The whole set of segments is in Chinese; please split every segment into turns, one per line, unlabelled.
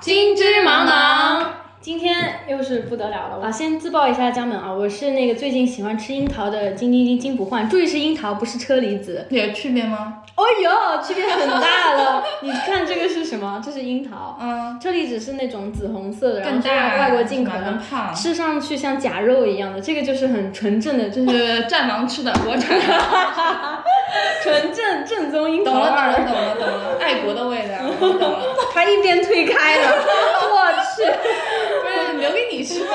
金枝茫茫。
今天又是不得了了啊！先自报一下家门啊，我是那个最近喜欢吃樱桃的金金金金不换，注意是樱桃，不是车厘子。
有区别吗？
哦哟，区别很大了。 你看这个是什么？这是樱桃，
嗯，
车厘子是那种紫红色的，然后
更
是
大，
外国进口
可能
的，
胖，
吃上去像假肉一样的。这个就是很纯正的， 就是
是战狼吃的，国产的。
纯正正宗樱
懂
桃
了，
味
懂
儿
了，懂了，懂了，爱国的味道，我懂了。
他一边推开了， 我
不是留给你吃吗？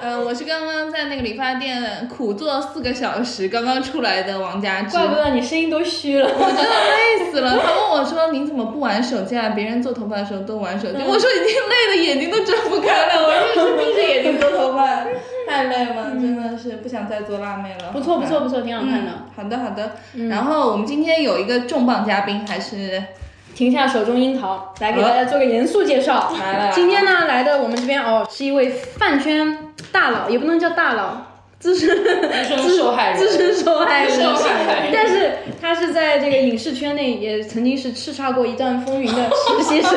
呃，我是刚刚在那个理发店苦做四个小时，刚刚出来的王佳
去，
芝，
怪不得你声音都虚了。
我真的累死了。他问我说：“你怎么不玩手机啊？别人做头发的时候都玩手机。”我说：“已经累的眼睛都睁不开 了，我就是闭着眼睛做头发，太累了，真的是不想再做辣妹了。”
不错不错不错，挺好看的。
嗯，好的好的。然后我们今天有一个重磅嘉宾，还是
停下手中樱桃，来给大家做个严肃介绍。
来了
今天呢，来的我们这边哦，是一位饭圈大佬，也不能叫大佬，资深
资深受害人
资深受害人，
资哎深受害人
但是他是在这个影视圈内也曾经是叱咤过一段风云的实习生，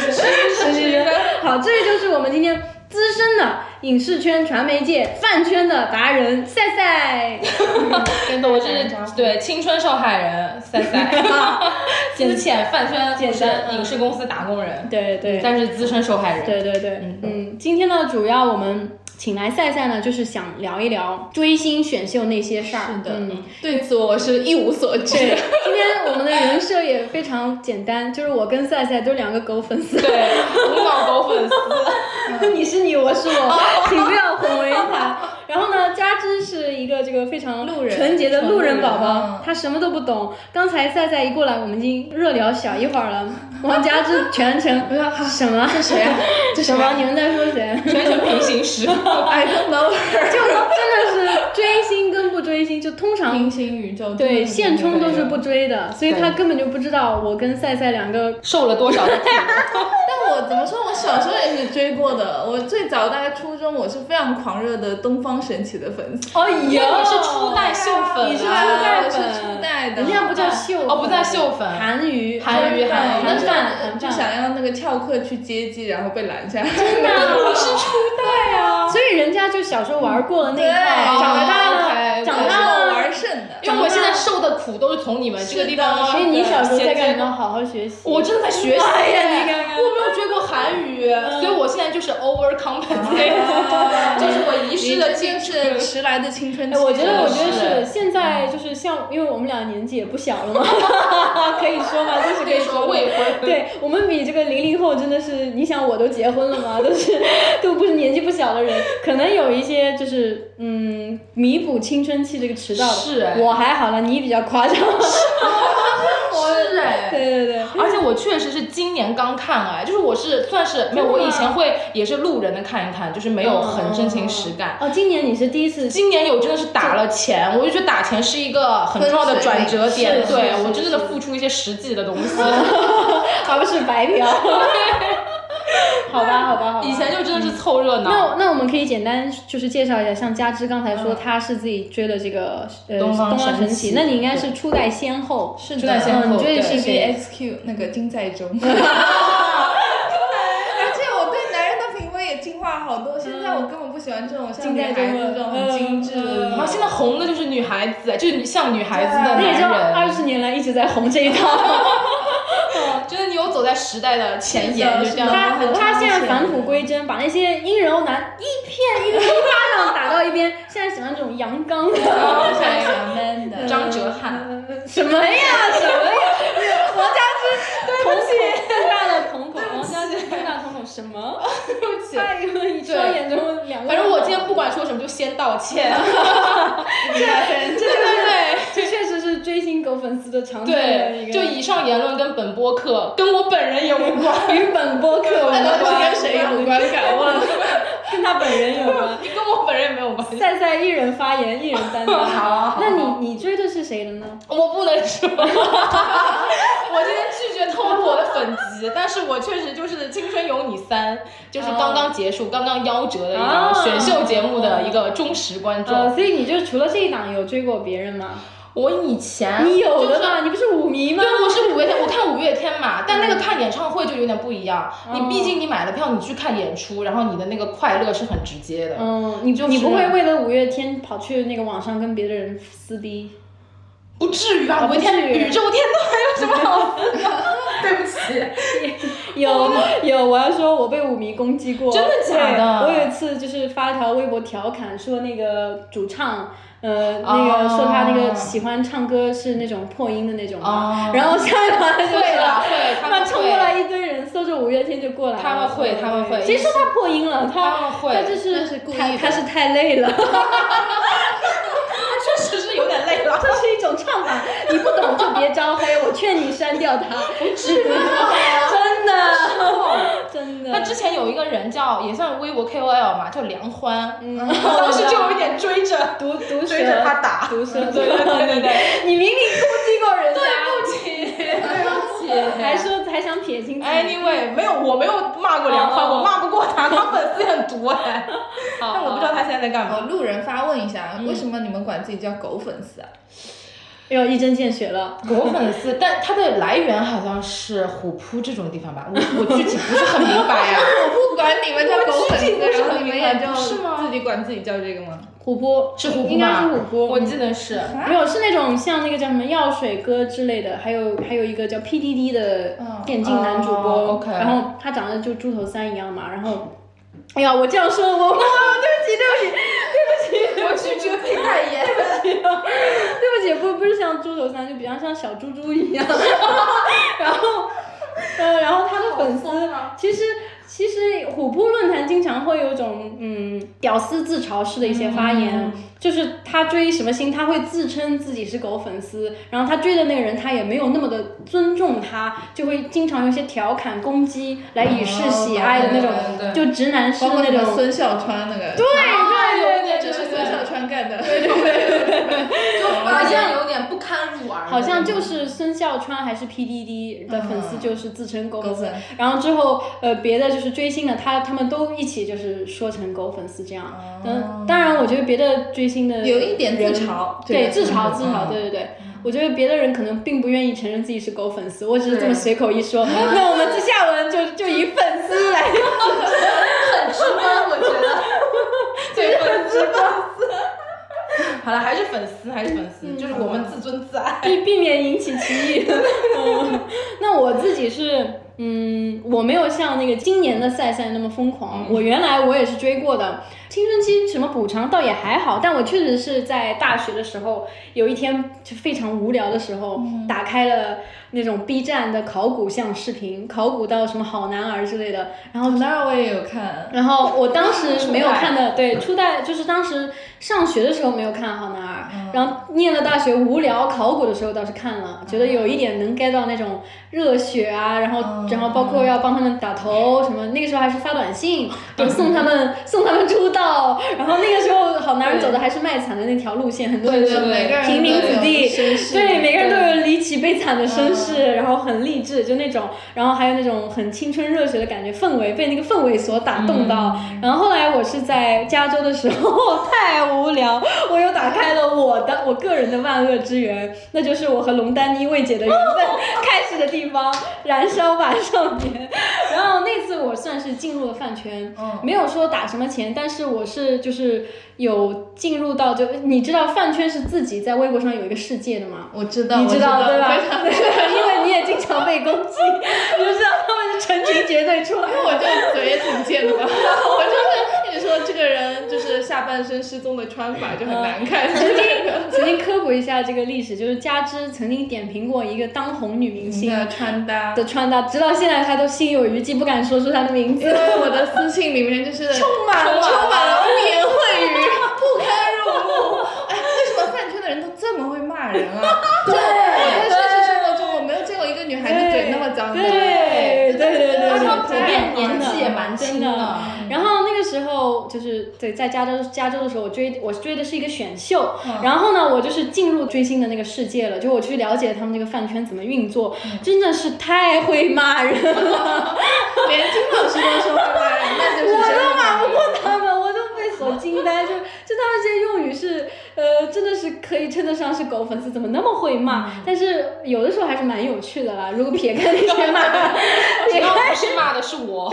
实习生，实习生。好，这个就是我们今天资深的影视圈、传媒界、饭圈的达人赛赛。
真的，我是
打招呼
对青春受害人 赛赛，资浅饭圈
简单嗯
影视公司打工人，
对对，
但是资深受害人。
对对对，嗯，今天呢，主要我们请来赛赛呢，就是想聊一聊追星选秀那些事儿。
是的
嗯，
对此我是一无所 知。
对，今天我们的人设也非常简单， 就是我跟赛赛都是两个狗粉丝，
对，无脑狗粉 丝，
你是你，我是我， 请不要混为一谈。然后呢，佳芝是一个这个非常
路人
纯洁的路人宝
纯路
宝
人嗯，
她什么都不懂。刚才赛赛一过来，我们已经热聊小一会儿了，王佳芝全 程什么？这谁
啊？
这什么？你们在说谁？
全是平行时 空，
I don't know，
就真的是追星跟不追星，就通常
平行宇宙
对现充都是不
但
追的，所以他根本就不知道我跟赛赛两个。
受了多少的苦？
我怎么说，我小时候也是追过的。我最早大概初中，我是非常狂热的东方神起的粉丝。
哎
因为你是初代秀粉啊，
你是初
代
代
我是
粉，
初代的
人家不叫秀粉
哦，不在秀粉，
韩娱，
韩娱
真的
韩
我当
娱
韩
嗯时
饭，韩
就
饭。
想要那个翘课去接机，然后被拦下来。
真的啊
我是初代啊，
所以人家就小时候玩过了那一套，
对
长大了，
OK，
长
我是
大
我
了。
玩 剩的。
因为我现在受的苦都是从你们这个地方
是的
所以哎你小时候在干
衔接
什
过
么？好好学习。
我真的在学习，
哎呀你看嗯看
我没 有追过韩语，所以我现在就是
哎
啊
overcompensate，就是我遗失的青春
是。迟来的青春期。
哎，我觉得，我觉得
是嗯
是现在就是像，因为我们俩年纪也不小 了嘛，可以说吗？就是可以说
说未婚
对我们比这个零零后真的是，你想我都结婚了嘛，都是都不是年纪不小的人，可能有一些就是嗯，弥补青春期这个迟到的。
是哎
我还好了，你比较夸张。
是哎。
对对对，
而且我
啊
确实是今年刚看哎，就是我是算是没有，我以前会也是路人的看一看，就是没
嗯
有很真情实感。
哦，今年你是第一次
今年有真的是打了钱，我就觉得打钱是一个很重要的转折点，
是
对
是
我
是嗯
真的付出一些实际的东 西。
而不是白嫖。 好吧，好吧，好吧。
以前就真的是凑热闹。
那那我们可以简单就是介绍一下，像佳芝刚才说她是自己追了这个呃
嗯东方
方神
神
起
起，
那你应该是初代先后，
是
初代
的，
先后
嗯，你追的
对
是
B
谁？
S Q 那个金在中。而且我对男人的品味也进化了好多，现在我根本不喜欢这种像女孩子这种很精致的。
然后哦现在红的就是女孩子，就是像女孩子的
那也就
男
二
人，
十年来一直在红这一 套。
觉得你有走在时代的前沿，就这样。
他
很
他
超
现在
前
返璞归真，把那些阴柔男一片一个一巴掌打到一边，现在喜欢这种阳刚
嗯
的。
我想 想 man
嗯
的，
张哲瀚，
什么呀？什么呀？王佳芝，瞳孔瞪大了瞳孔，王佳芝瞪大瞳孔，什么？
对不起。
哎呦，你双眼中两个。
反正我今天不管说什么，就先道歉。
这
对对
这确实是追星狗粉丝的常见的一
对
个，
对，就以上言论跟本播客跟我本人也无 关，
与本播客无
那到底
关，
是跟谁有 关？敢问？
跟他本人有关。
你跟我本人也没有关系。
赛赛一人发言，一人担当。
好
那你你追的是谁的呢？
我不能说， 我今天拒绝透露我的粉籍，但是我确实就是《青春有你三》，就是刚刚结束、刚刚夭折的一
哦
个选秀节目的一个忠实观众。
啊呃，所以你就除了这一档有追过别人吗？
我以前
你有
就
的
是
吧？你不是舞迷吗？
对，我是五月天，我看五月天嘛，但那个看演唱会就有点不一样。你
哦
毕竟你买了票，你去看演出，然后你的那个快乐是很直接的。
嗯，你
就是啊
你不会为了五月天跑去那个网上跟别的人撕逼？
啊不至于吧？五
不
月
至
天
于
宇宙天团有什么好撕 的？对不起，
有有，我要说，我被舞迷攻击过，
真的假的
对我有一次就是发一条微博调侃，说那个主唱，呃，那
哦
个说他那个喜欢唱歌是那种破音的那种嘛
哦，
然后下一盘就是
会 了会他们
那冲
会
过来一堆人，搜着五月天就过来了，
他们会他们会
谁说他破音了？
他们会
他就是
那是故意
他
的
他是太累了。
确实是有点累了。
这是一种唱法，你不懂就别招黑，我劝你删 掉它。不至于， 真的，真
那
的。
之前有一个人叫也算微博 KOL 嘛，叫梁欢，嗯 当时就有一点追 着
毒毒
追着
舌，
他打，
毒舌，
对对对对对，
你明明攻击过人家，
不起，对
还说还想撇
嗯
清自
哎
己。
Anyway，没有，我没有骂过梁欢，
哦
我骂不过 他，他粉丝很多哎。但我不知道他现在在干
好，
嘛。
路人发问一下，为什么你们管自己叫狗粉丝啊？
哟，一针见血了。
狗粉丝，但它的来源好像是虎扑这种地方吧，我我具体不是很明白啊呀。
我不管你们叫狗粉
我知
丝，
道
然后你们也就是
吗
自己管自己叫这个吗？
虎扑
是虎扑
应该
吧
是虎扑，嗯
我记得是，
没有，是那种像那个叫什么药水哥之类的，还有还有一个叫 PDD 的
嗯
电竞男主播、
哦，OK
然后他长得就猪头三一样嘛，然后，哎呀，我这样说我对不起对不起
我拒绝被代言。
对不起，不不是像猪头三，就比较像小猪猪 一样，然后，呃，然后他的粉丝其实其实虎扑论坛经常会有一种嗯屌丝自嘲式的一些发言，就是他追什么星，他会自称自己是狗粉丝，然后他追的那个人他也没有那么的尊重他，就会经常有一些调侃攻击来以示喜爱的那种，
哦对对对
就直男式
包
的
括
那
那个
种。
孙笑川那个，
对对对对，
这是
对
孙笑川干的。
就发现有点不堪入耳
好像就是孙笑川还是 PDD 的粉丝，就是自称狗粉丝。
狗粉
然后之后，呃，别的就是追星的，他他们都一起就是说成狗粉丝这样。嗯，当然，我觉得别的追星的
哦有一点自
人
嘲
对自
这个
嘲
嗯
自嘲，
嗯
对对对。我觉得别的人可能并不愿意承认自己是狗粉丝，我只是这么随口一说。 那我们接下文就就以粉丝 来，
很直观，我觉得。 对，很直观。好了，还是粉丝，还是粉丝，就是我们自尊自 爱。
避避免引起歧义。 嗯，那我自己是，嗯，我没有像那个今年的赛赛那么疯狂。我原来我也是追过的，青春期什么补偿倒也还好，但我确实是在大学的时候，有一天就非常无聊的时候，打开了那种 B 站的考古像视频，考古到什么好男儿之类的，然后
那我也有看，
然后我当时没有
初代
看的，对，初代就是当时上学的时候没有看《好男儿》
嗯
然后念了大学无聊考古的时候倒是看了，觉得有一点能 get 到那种热血啊，然后、
嗯
然后包括要帮他们打头什么，那个时候还是发短 信，就送他们送他们出道，然后那个时候《好男儿》走的还是卖惨的那条路线，很多人
对对对每个人
平民子弟，
都有身世
对，嗯每个人都有离奇悲惨的身世，然后很励志，就那种，然后还有那种很青春热血的感觉氛围，被那个氛围所打动到。然后后来我是在加州的时候太无聊，我又打开了我的我个人的万恶之源，那就是我和龙丹妮未解的缘分开始的地方，燃烧吧少年。 然后那次我算是进入了饭圈，没有说打什么钱，但是我是就是有进入到就你知道饭圈是自己在微博上有一个世界的吗？
我知道，
你
我
知道对吧
非？常
因为你也经常被攻击，你就知道他们是成群结队出来。
我就嘴也挺贱的吧，我就是跟你说，这个人就是下半身失踪的穿法就很难看。
曾经曾经科普一下这个历史，就是加之曾经点评过一个当红女明
你
星
的穿搭，
的穿搭，直到现在她都心有余悸，不敢说出她的名
因
字。
为我的私信里面就是充
满了
充满了污言秽语，不堪入目。哎，为什么饭圈的人都这么会骂人啊？对，我在现实生活中我没有见过一个女孩子嘴那么脏的。
对对对对对，
他
对
们普遍
真的
年纪也蛮
真
轻
的
的。
嗯
然后那个时候就是对，在加州加州的时候，我追我追的是一个选秀，然后呢，我就是进入追星的那个世界了，就我去了解他们这个饭圈怎么运作，真的是太会骂人了，
连金老师都说会骂人，那就是真的骂
骂不过他们，我都被所惊呆，就就他们这些用语是呃，真的是可以称得上是狗粉丝，怎么那么会骂？但是有的时候还是蛮有趣的啦。如果撇开那些骂，
只要不是骂的是 我，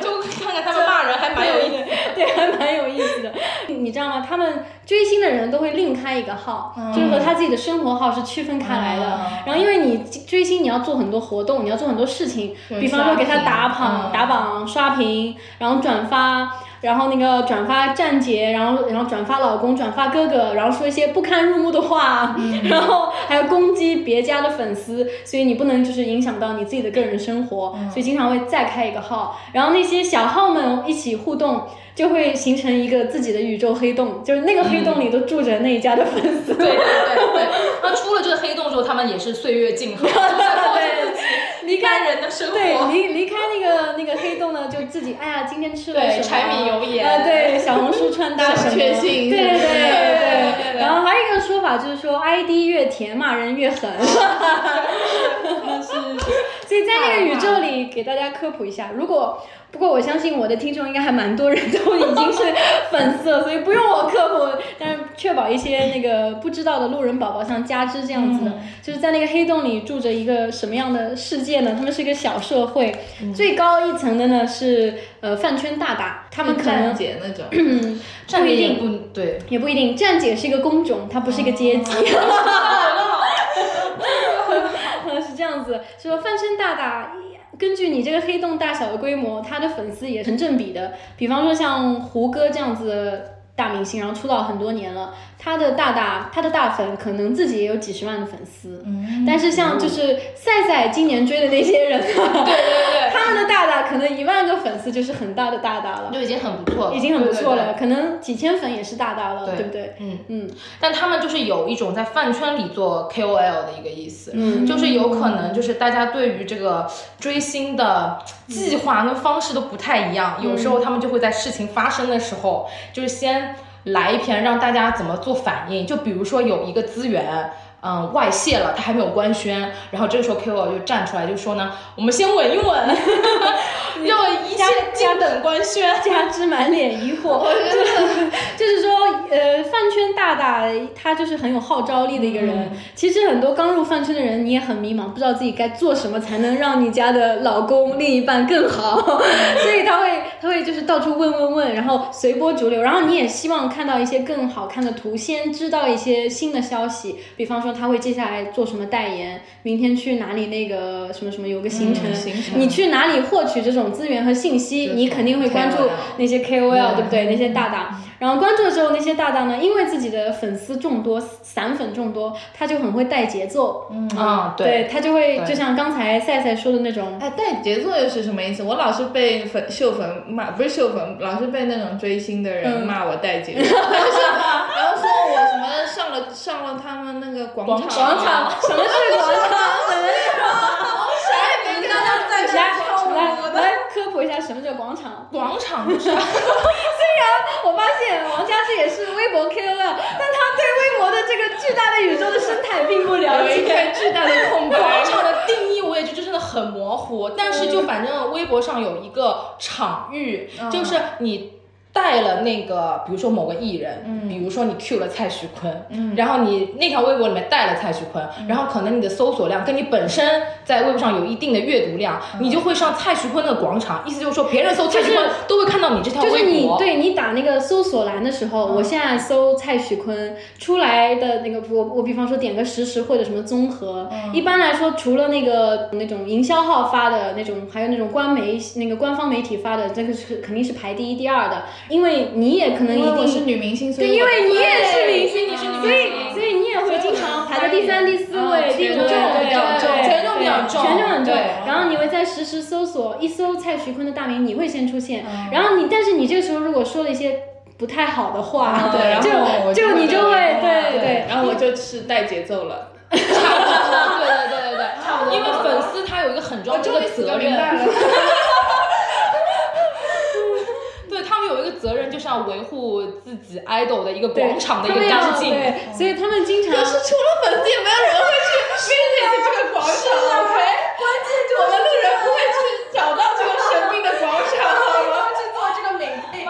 就看看他们骂人还蛮有意思。
对，还蛮有意思的。你知道吗？他们追星的人都会另开一个号，就是和他自己的生活号是区分开来的。然后因为你追星，你要做很多活动，你要做很多事情，比方说给他打榜、
嗯
打榜、刷屏，然后转发。然后那个转发站姐，然后然后转发老公，转发哥哥，然后说一些不堪入目的话，然后还有攻击别家的粉丝，所以你不能就是影响到你自己的个人生活，所以经常会再开一个号，然后那些小号们一起互动，就会形成一个自己的宇宙黑洞，就是那个黑洞里都住着那一家的粉 丝，
对对对对，那出了这个黑洞之后，他们也是岁月静好，就是过着自己一般人的生
对，
活。
离离开那个那个黑洞呢，就自己哎呀，今天吃了什
对
么？
柴米油盐
呃， 对，小红书穿搭什么？
小确幸
对对
对
对对
对
对
然后还有一个说法就是说，ID 越甜，骂人越 狠。所以在那个宇宙 里，给大家科普一下，如果。不过我相信我的听众应该还蛮多人都已经是粉丝了，所以不用我科普，但是确保一些那个不知道的路人宝宝，像加之这样子的，就是在那个黑洞里住着一个什么样的世界呢？他们是一个小社会，最高一层的呢是呃饭圈大大，他们可能
站姐那种，
站
不一定
不对，
也不一定，站姐是一个工种，它不是一个阶级。 是这样子，说范生大大。根据你这个黑洞大小的规模，他的粉丝也成正比的。比方说像胡歌这样子的大明星，然后出道很多年了，他的大大，他的大粉可能自己也有几十万的粉丝。
嗯
但是像就是赛赛今年追的那些人，对对对，他们的大大可能一万个粉丝就是很大的大大了，
就已经很不错了，
已经很不错
对。对
了，
对
可能几千粉也是大大了，
对
对不对？
嗯，
嗯
但他们就是有一种在饭圈里做 KOL 的一个意思，
嗯
就是有可能就是大家对于这个追星的计划跟方式都不太一样，有时候他们就会在事情发生的时候，就是先来一篇让大家怎么做反应，就比如说有一个资源。嗯，外泄了，他还没有官宣，然后这个时候 KOL 就站出来就说呢，我们先稳一稳， 要一切静等官宣。
加之满脸疑 惑，就是就是说，呃，饭圈大大他就是很有号召力的一个
嗯
人。其实很多刚入饭圈的人，你也很迷茫，不知道自己该做什么才能让你家的老公、另一半更好，
嗯
所以他会他会就是到处问问问，然后随波逐流。然后你也希望看到一些更好看的图，先知道一些新的消息，比方说他会接下来做什么代言，明天去哪里那个什么什么有个行程，
嗯行程
你去哪里获取这种资源和信息，你肯定会关注
KOL
那些 KOL，对不对？那些大大，然后关注了之后，那些大大呢，因为自己的粉丝众多，散粉众多，他就很会带节奏，啊
嗯，对，
对他就会
对
就像刚才赛赛说的那种，
哎，带节奏又是什么意思？我老是被粉秀粉骂，不是秀粉，老是被那种追星的人骂我带节奏，然后说我什么上了上了他们那个广场，
广场
什么是广场，什么是
啥也没干，他在
来来来科普一下什么叫广场。
广场就是。啊
我发现王佳芝也是微博 KOL，但她对微博的这个巨大的宇宙的生态并不了
有一
解。
片巨大的空白
广。场的定义我也就真的很模糊，但是就反正微博上有一个场域，
嗯
就是你。带了那个，比如说某个艺人，
嗯
比如说你 Q 了蔡徐坤，然后你那条微博里面带了蔡徐坤，
嗯
然后可能你的搜索量跟你本身在微博上有一定的阅读量，
嗯
你就会上蔡徐坤那个广场，意思就是说别人搜蔡徐坤都会看到你这条微
就
博，
是你对你打那个搜索栏的时候，
嗯
我现在搜蔡徐坤出来的那个，我我比方说点个实时或者什么综合，
嗯
一般来说除了那个那种营销号发的那种，还有那种官媒那个官方媒体发的，这个是肯定是排第一第二的，因为你也可能一
因为我是
定
女明星，所
对，
以
因为你也是
对
明
所以
星，
你是女
所
明星
以所以你也会经常排在第三、第四位，
嗯
第五
权
位，
重比较重
对
权重比较重
权重很重
对。
然后你会在实时搜索，一搜蔡徐坤的大名，你会先出现。然后你，但是你这个时候如果说了一些不太好的话，
对，然后
就
我
就你就会对
对
对，
然后我就是带节奏了。
差不多，对对对对对，差不多，因为粉丝他有一个很重要的一个责任，
了，
对他们有一个责任，就是要维护自己 idol 的一个
对
广场的一
他
个
们要
干净。
对，所以他们经常
可是除了粉丝，也没有人会去 visit 这个广场。OK，关键就是我们路人不会去找到这个神秘的广场，好吗？
去做这个免费。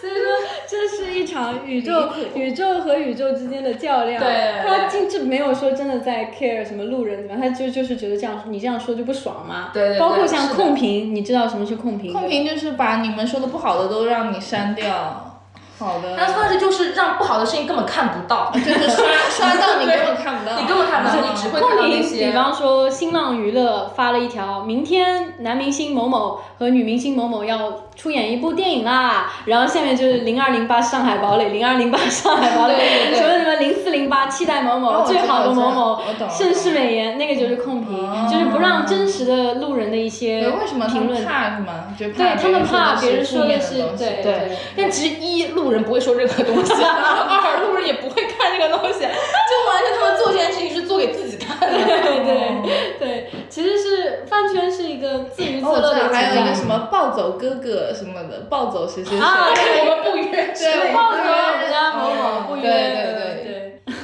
所以说，这是一场宇宇宙宇宙和宇宙之间的较量。
对
他竟至没有说真的在 care 什么路人怎么样，他就就是觉得这样你这样说就不爽嘛。
对对对
包括像
是的
控评，你知道什么是控评？
控评就是把你们说的不好的都让你删掉，好的，
他算是就是让不好的事情根本看不到，
就 是刷刷到你根本看不到，
你根本看不到，你只会看
控
到那
评，
些
比。方说新浪娱乐发了一条，明天男明星某某和女明星某某要出演一部电影啦，然后下面 就是零二零八上海堡垒，零二零八上海堡垒，
对对对
什么什么零四零八期待某某、
哦我
最好的
知道
某某
我知道我懂，
盛世美颜，那个就是控评，
哦
就是不让真实的路人的一些
对，为什么他
评
们
论。
怕是吗？就
对他们怕别人说
的
的
是
是
负面的东西
对
对，但其实一路人不会说任何东西，二路人也不会看这个东西，就完全 他们做这件事情是做给自己看的。
对对对，其实是饭圈是一个自娱自
哦，我
乐
知
的
道还有一
存
个
在
什么暴走哥哥什么的，暴走谁谁谁，
啊，对
我们不约之
对
类
暴走人家某
哦
某不约，
对对对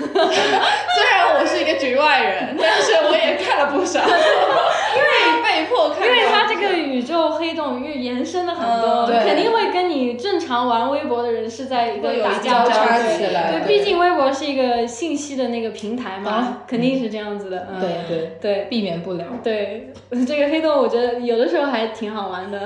对对。
虽然我是一个局外人， 但是我也看了不少，因为被迫看到，
因为它这个宇宙黑洞越延伸了很多，
嗯
对
肯定会跟你正常玩微博的人是在一
会
个
有
打
一
架
个
的
交
状
叉
态
起来
对，
对
毕竟微博是一个信息的那个平台嘛，
啊
肯定是这样子的。嗯、
对对，
对
避免不了。
对，这个黑洞我觉得有的时候还挺好玩的。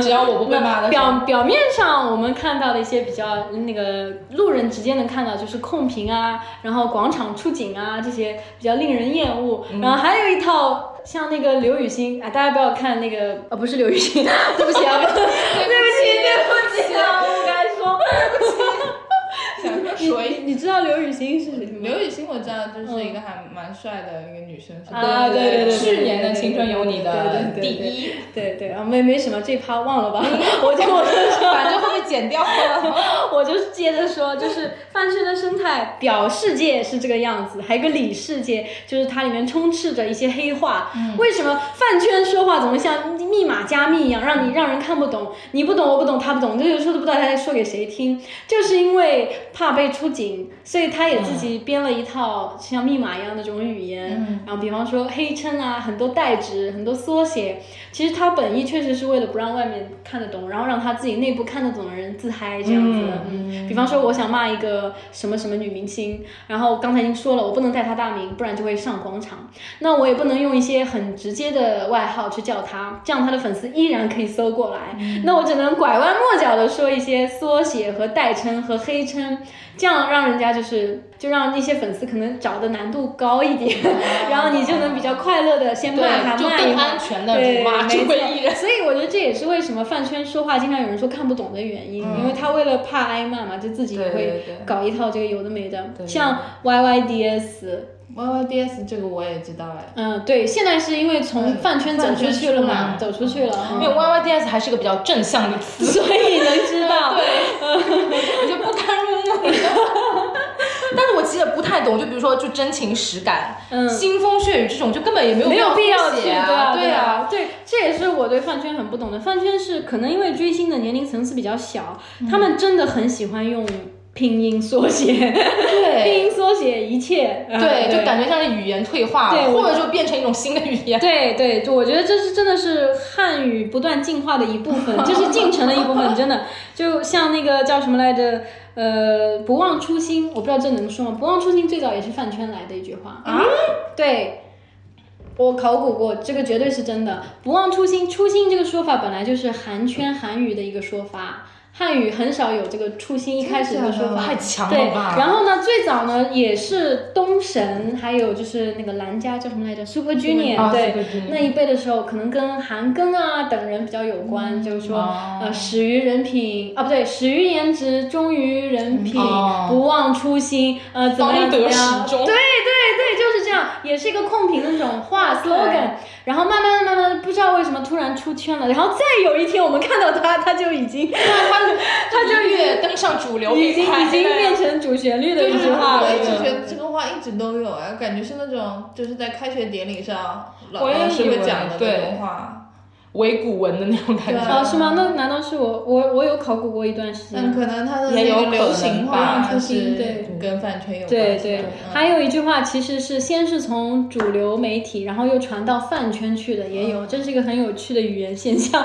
只要我不被骂的时候，
表表面上我们看到的一些比较那个路人直接能看到，就是控评啊，然后广场出警啊这些比较令人厌恶。然后还有一套像那个刘雨欣啊，大家不要看那个呃、不是刘雨欣， 对不起啊，对不起，对不起啊，我该说，
想说一
你你知道刘雨欣是谁吗？
刘雨欣我知道，就是一个还蛮帅的一个女生，是吧
嗯啊对对对对
去年的《青春有你》的
对对
第
对对
一，
对对啊，没没什么，这趴忘了吧，我就我就说。
反正会被剪掉了。
我就接着说，就是饭圈的生态，表世界是这个样子，还有个里世界，就是它里面充斥着一些黑话。为什么饭圈说话总是像密码加密一样，让你让人看不懂？你不懂，我不懂，他不懂，就是说都不知道他在说给谁听。就是因为怕被出警，所以他也自己编了一套像密码一样的这种语言。然后比方说黑称啊，很多代指，很多缩写。其实他本意确实是为了不让外面看得懂，然后让他自己内部看得懂的人自嗨这样子的。嗯，比方说我想骂一个什么什么女明星，然后刚才已经说了，我不能带她大名，不然就会上广场。那我也不能用一些很直接的外号去叫她，这样她的粉丝依然可以搜过来。
嗯
那我只能拐弯抹角的说一些缩写和代称和黑称，这样让人家就是就让那些粉丝可能找的难度高一点， 然后你就能比较快乐的先骂他骂
啊对，就
一
更
骂
安全的
对，
骂
没
这
错
位艺人。
所以我觉得这也是为什么饭圈说话经常有人说看不懂的原因，因为他为了怕挨骂嘛，就自己
嗯对对
会
对
搞一套这个有的没的，
对
像 YYDS。
Y Y D S 这个我也知道哎，
嗯，对，现在是因为从
嗯
饭圈走出去了嘛，走出去
因
了，
为 YYDS 还是个比较正向的 词，
所以能知 道，
我就不堪入目。 但是我其实也不太懂，就比如说，就真情实感、
嗯
腥风血雨这种，就根本也没有
没有必要
要
去，
写啊，
啊，
对
对，对，这也是我对饭圈很不懂的。饭圈是可能因为追星的年龄层次比较小，
嗯
他们真的很喜欢用拼音缩写，拼
对啊
音缩写一切，啊
对，就感觉像是语言退化
对
了，
我
或者就变成一种新的语 言。
对对，就我觉得这是真的是汉语不断进化的一部 分，这是进程的一部分，真的。就像那个叫什么来着，呃，不忘初心，我不知道这能说吗？不忘初心最早也是饭圈来的一句话啊，对。我考古过，这个绝对是真的。不忘初心，初心这个说法本来就是韩圈韩语的一个说法，汉语很少有这个初心一开始这个说法。
太强
对
了，吧！
然后呢，最早呢也是东神，还有就是那个兰家叫什么来着，Super Junior，、
啊
对
Super Junior
那一辈的时候，可能跟韩庚啊等人比较有关，就是说、
哦
呃始于人品啊不对，始于颜值，忠于人品，
哦
不忘初心，呃怎么样
方
怎么样，
得始
对对
终
对，就是这样，也是一个控评的那种话 slogan，然后慢慢的慢慢的不知道为什么突然出圈了，然后再有一天我们看到他，他就已经
他就越登上主流
已经
平台，
已经变成主旋律的一句话了
我。一直觉得这个话一直都有啊，感觉是那种就是在开学典礼上老
我也
老师
以为
会讲的那
对
种话，
伪古文的那种感
对
觉。
啊
哦，是吗？那难道是我我我有考古过一段时间
但？可能他的
也
那
有
个
可
流
能
行
吧
话
就是对
跟饭圈有关
对
系嗯
对
的，
还有一句话其实是先是从主流媒体，然后又传到饭圈去的，也有，这是一个很有趣的语言现象，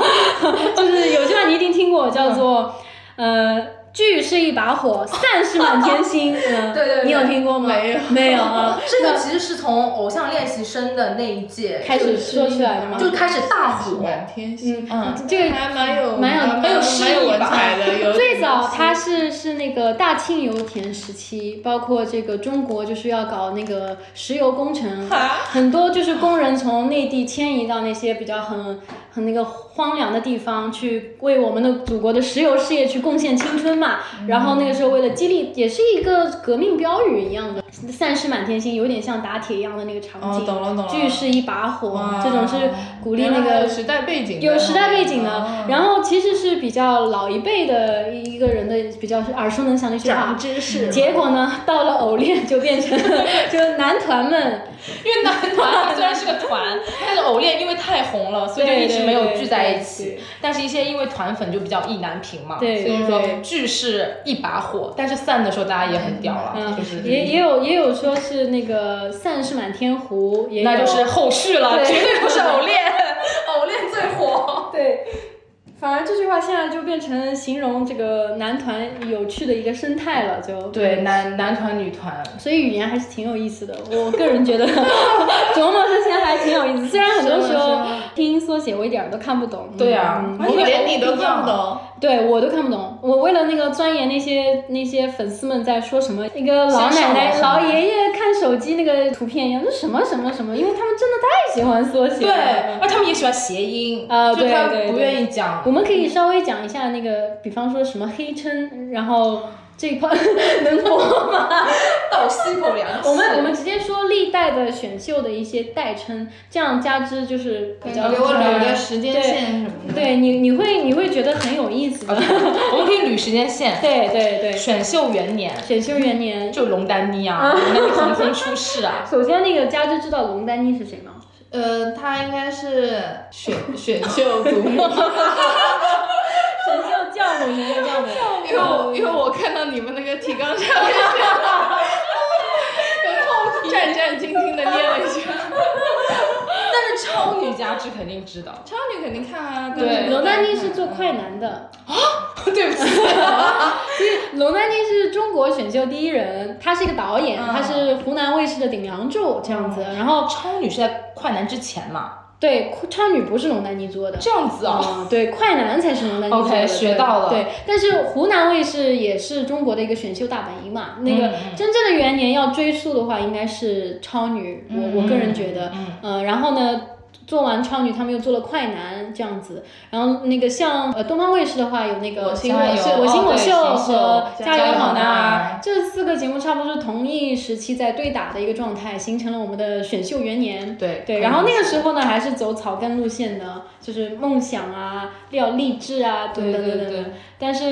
就是有句话你一定听过，叫做呃。剧是一把火，散是满天星。嗯，
对对对
你有听过吗？
没有
没有啊。
这个其实是从偶像练习生的那一届
开始说起来的吗
就开始大火。
满天星，
嗯，
这个
还蛮有
蛮有
蛮有蛮有文采的。有
最早它是是那个大庆油田时期，包括这个中国就是要搞那个石油工程，很多就是工人从内地迁移到那些比较很很那个荒凉的地方去，为我们的祖国的石油事业去贡献青春嘛。
嗯
然后那个时候为了激励，也是一个革命标语一样的“散失满天星”，有点像打铁一样的那个场
哦
景。
懂了懂了
聚是一把火
哇，
这种是鼓励那
原来还
个
有时代背景的，
有时代背景的
哦，
然后其实是比较老一辈的一个人的比较耳熟能详的一些话。嗯
知识
结果呢，到了偶练就变 成就男团们，
因为男团啊它虽然是个团，但是偶练因为太红了，所以就一直没有聚在一
对对
起。但是一些因为团粉就比较意难平嘛，
对
所以
对
说聚是一把火，但是散的时候大家也很屌了，
嗯
就是，
也也有也有说是那个散是满天胡，也有
那就是后续了，
对
绝对不是偶练， 偶练最火。
对。反而这句话现在就变成形容这个男团有趣的一个生态了，就
对，男男团女团，
所以语言还是挺有意思的，我个人觉得 琢磨这些还挺有意思。虽然很多时候拼音缩写我一点儿都看不懂，
对啊
嗯
啊你连你都看不
不一
懂，
对我都看不懂。我为了那个钻研那些那些粉丝们在说什么，那个老奶奶、
先上网
老爷爷看手机那个图片一样，这什么什么什么，因为他们真的太喜欢缩写
对，
了。
而他们也喜欢谐音，
啊
就
对
他
对
们不
对
愿意讲
我们可以稍微讲一下那个，比方说什么黑称，然后这一块 能播吗？
倒吸口凉气。
我们我们直接说历代的选秀的一些代称，这样加之就是比较
嗯给我
呃
捋个时间线什么的。
对你你会你会觉得很有意思 的。
我们可以捋时间线，
对对对，
选秀元年
选秀元年，
就龙丹妮啊，龙丹妮横空出世 啊。
首先那个加之知道龙丹妮是谁吗？
呃，他应该是选选秀组 目，
选秀教母，选秀教母，
因为我因为我看到你们那个提纲上面， 战战兢兢的念了一下。
但是超女加之肯定知道，
超女肯定看啊，
对
龙丹妮是做快男的，
对不起，
龙丹妮是中国选秀第一人，她是一个导演，
嗯
她是湖南卫视的顶梁柱这样子。然后
哦超女是在快男之前嘛，
对，超女不是龙丹妮做的，
这样子哦。
啊，对，快男才是龙丹妮做的
OK，
对
学到了
对，但是湖南卫视也是中国的一个选秀大本营嘛。那
嗯
个真正的元年要追溯的话，应该是超女，我我个人觉得，
嗯
呃，然后呢？做完超女，他们又做了快男这样子，然后那个像呃东方卫视的话，有那个
我行
加
我
油
秀
我行我秀
哦对行
和
秀
加
加
油
油
好
好
男
男
儿
儿
这四个节目差不多是同一时期在对打的一个状态，形成了我们的选秀元年。
对
对，
可以
然后那个时候呢，还是走草根路线的，就是梦想啊、要励志啊，等等等
对对
等
对。
但是，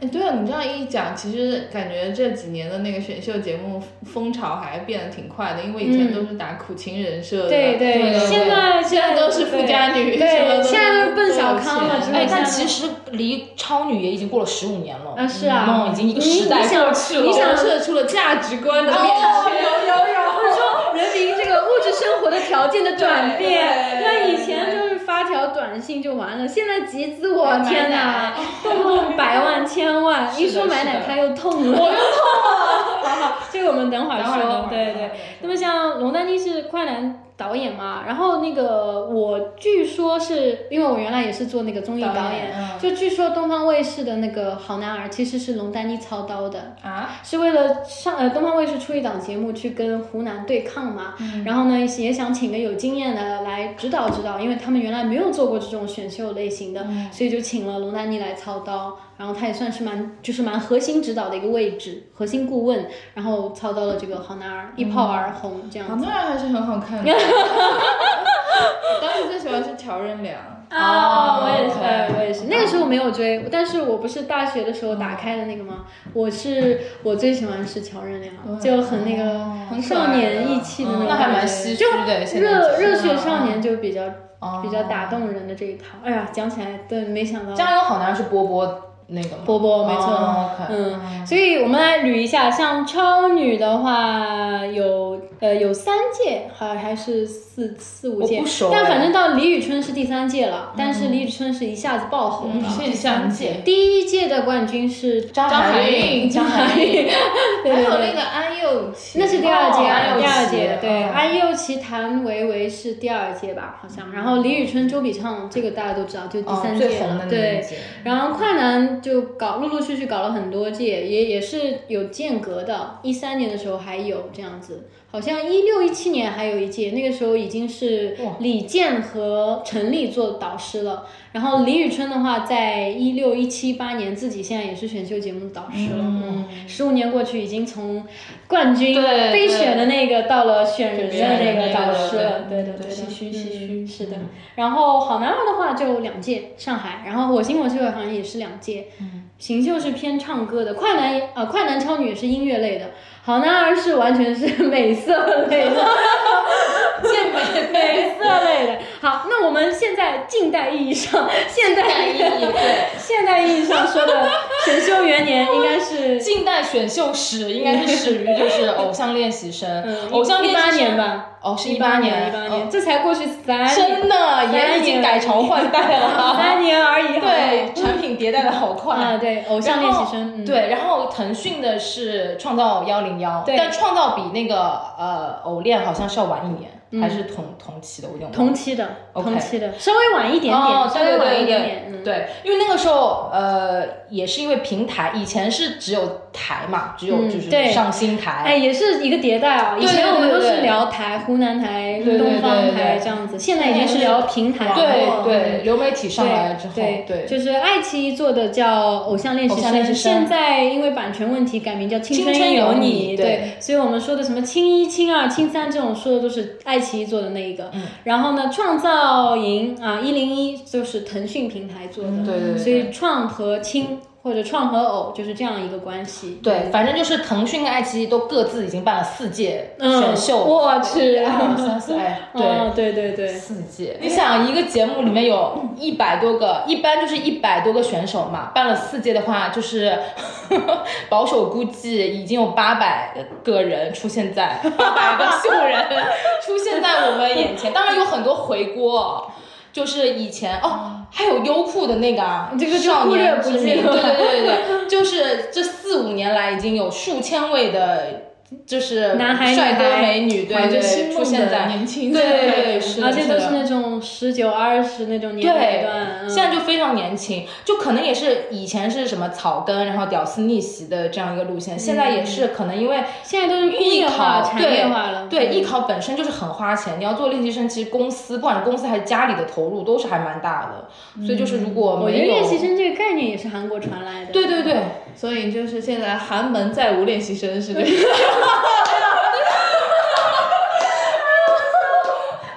哎，对啊，你这样一讲，其实感觉这几年的那个选秀节目风潮还变得挺快的，因为以前
嗯
都是打苦情人设的，
对
对对
现在
现在都是富家女什么
对，
都
现在都是奔小康了
都有。钱
哎，但
实。
其实离超女也已经过了十五年了，
啊，是啊，
嗯已经一个时代
你你想
过去了
你想
折射出了价值观的变
哦
迁。
或者说人民这个物质生活的条件的转变，
对对
那以前就是发条短信就完了，现在集资，我
买
天哪
奶，
动不动百万千万，一说
是的
买奶他又痛了，我 又痛了。好好，这个我们等会儿
等会儿等
说，
会儿
对对。那么像龙丹妮是快男导演嘛，然后那个我据说是因为我原来也是做那个综艺
导
导
演
演，
嗯
就据说东方卫视的那个《好男儿》其实是龙丹妮操刀的。
啊，
是为了上呃东方卫视出一档节目去跟湖南对抗嘛，然后呢也想请个有经验的来指导指导，因为他们原来没有做过这种选秀类型的，所以就请了龙丹妮来操刀，然后她也算是蛮就是蛮核心指导的一个位置，核心顾问，然后操刀了这个好男儿一炮而红这
好
样子。
多人还是很好看的。我当时最喜欢是乔任梁，
啊、
哦
我也是，
OK
哎我也是。那个时候没有追，但是我不是大学的时候打开的那个吗？我是我最喜欢是乔任梁，就很那个
很可爱
少
的
年义气的那
嗯
种
那还
感
蛮
觉
唏嘘的。现
热
在嗯
热血少年就
哦
比较比较打动人的这一套。哎呀，讲起来对，没想到。
加油好男儿是波波那个吗？
波波，没错，
哦，OK
嗯，所以我们来捋一下，像超女的话，有呃有三届，还还是四四五届，
我不熟
但
哎嗯
反正到李宇春是第三届了，但是李宇春是一下子爆红了。
谢三姐，
第一届的冠军是张
张含
韵，
韵
张
张含韵
韵，对
还
对
有
对
那个安又琪，
那是第二届，啊
哦安
第
又
二
琪
届，对，
哦
安又琪、谭维维是第二届吧，好像。然后李宇春、周笔畅，这个大家都知道，就第
哦
三
最
届
红
了，
的那一
对。
届。
然后快男就搞陆陆续续搞了很多届，也也是有间隔的，一三年的时候还有这样子，好像一六一七年还有一届，那个时候已经是
哇
李健和陈粒做导师了。然后李宇春的话，在一六一七八年自己现在也是选秀节目的导师了，嗯，十五、年过去已经从冠军
对
被选的那个到了选人
选
的
人
那个
那
导
个
师了，对
对
对对，
唏嘘唏
嗯
嘘
是的。然后好男儿的话就两届上海，然后我行我素好像也是两届，行秀是偏唱歌的，快男也呃快男超女也是音乐类的，好男儿是完全是美色类的， 健美美色类的。好，那我们现在近代意义上，现代
意义对
现代意义上说的选秀元年应该 是
近代选秀史应该是始于就是偶像练习生，
嗯
偶像
一
练习
八
生
年吧，
哦是
一
八
年
年，
一八
哦
年，这才过去三
真的也已经改朝换代了，
三年而已，好不好
对，嗯产品迭代的好快
啊，对，偶像练习生，嗯、
对，然后腾讯的是创造幺零幺，
对
但创造比那个呃偶练好像是要晚一年，还是同同期的，我有点忘
嗯
了
同期的，
OK
同期的，稍微晚一点点，
哦，
稍
对
微
对
晚一
对
点
对
点，嗯，
对，因为那个时候呃也是因为平台，以前是只有台嘛，只有
嗯
就是
对
上新台，
哎，也是一个迭代啊！以
对
前我们
对
都
对
是
对
聊台、湖南台、
对对
东方
对对
台
对
这样子，现在已经是聊平台了。
对
对
对，流媒体上来了之后，
对
嗯对，
就是爱奇艺做的叫《偶像练习
偶像练习生
现在因为版权问题改名叫《青
青春
有
有
你》
你
对，
对
所以我们说的什么青一、青二、青三这种说的都是爱奇艺做的那一个。
嗯
然后呢，创造营啊，一零一就是腾讯平台做的，
嗯对对对
所以创和青或者创和偶就是这样一个关系。
对，反正就是腾讯跟爱奇艺都各自已经办了四届选秀，
嗯、我去，
二 三四，哎，对。
嗯，对对对，
四届，你想一个节目里面有一百多个，一般就是一百多个选手嘛，办了四届的话，就是保守估计已经有八百个人出现在八百个秀人出现在我们眼前，当然有很多回锅哦，就是以前哦，还有优酷的那个啊，
这个就
少
忽略
年
不
之
计
名，
了
对对对对对，就是这四五年来已经有数千位的。就是
男孩女
帅哥
孩
美女，对
怀着
对
心
对，出
梦
现
的
在
年轻
对
人
对对，是的
而且
是
啊都
的
是那种十九二十那种年龄
对
段，，嗯
现在就非常年轻，就可能也是以前是什么草根，然后屌丝逆袭的这样一个路线，现在也是可能因为
现在都是工业嗯化、
艺考
产业化了，
对
嗯
艺考本身就是很花钱，你要做练习生，其实公司不管是公司还是家里的投入都是还蛮大的，所以就是如果
嗯我觉得
没有
练习，生嗯这个概念也是韩国传来的，
对对对，
所以就是现在寒门再无练习生是这个。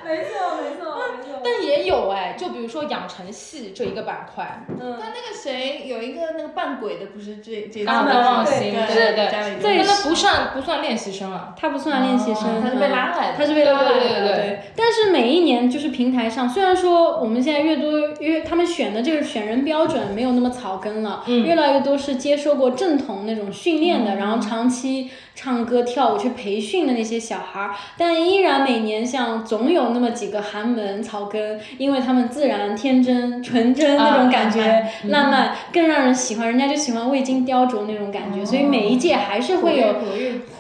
没错没错没错，
但也有哎，就比如说养成系这一个板块，
嗯，
但那个谁有一个那个扮鬼的，不是这这
啊
对
对忘
对
形，
对
对对，
这也
但
是
那不算不算练习生啊，
他不算练习生，
哦他是被拉来的
他是被拉来的，
对对对对
但是每一年就是平台上，虽然说我们现在越多越他们选的这个选人标准没有那么草根了，
嗯
越来越多是接受过正统那种训练的，然后长期唱歌跳舞去培训的那些小孩儿，但依然每年像总有那么几个寒门草根，因为他们自然天真纯真
啊
那种感觉，浪漫
嗯
更让人喜欢，人家就喜欢未经雕琢那种感
哦
觉，所以每一届还是会有。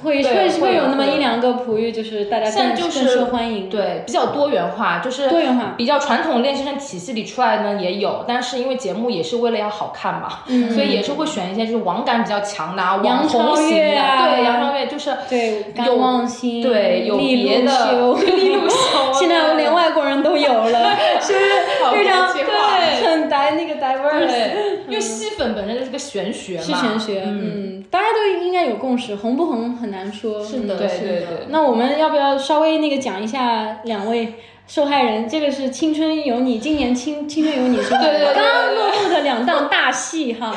会
对
会
会
会有
有
那么
会
一
有
两个璞玉，就是大家
现在
更
就是
更受欢迎。
对，比较多元化，就是
多元化
比较传统练习生体系里出来呢也有，但是因为节目也是为了要好看嘛，
嗯
所以也是会选一些就是网感比较强的、啊、
杨
网红
超
型
越
的，
啊
对，杨超越就是
对，甘
嗯有
望星，
对有
利
别
路
的
修，
利 路修啊
现在连外国人都有了，是不
好
是非常
国际化
对很 di 那个 diverse
对，因为吸粉本身就是个玄学嘛，
嗯是玄学，嗯，大家都应该有共识，红不红很难说。嗯是
的
对
是
对
的
对。
那我们要不要稍微那个讲一下两位受害人？这个是《青春有你》，今年青《青春有你》是吧
对对对对对
刚落幕的两档大戏哈。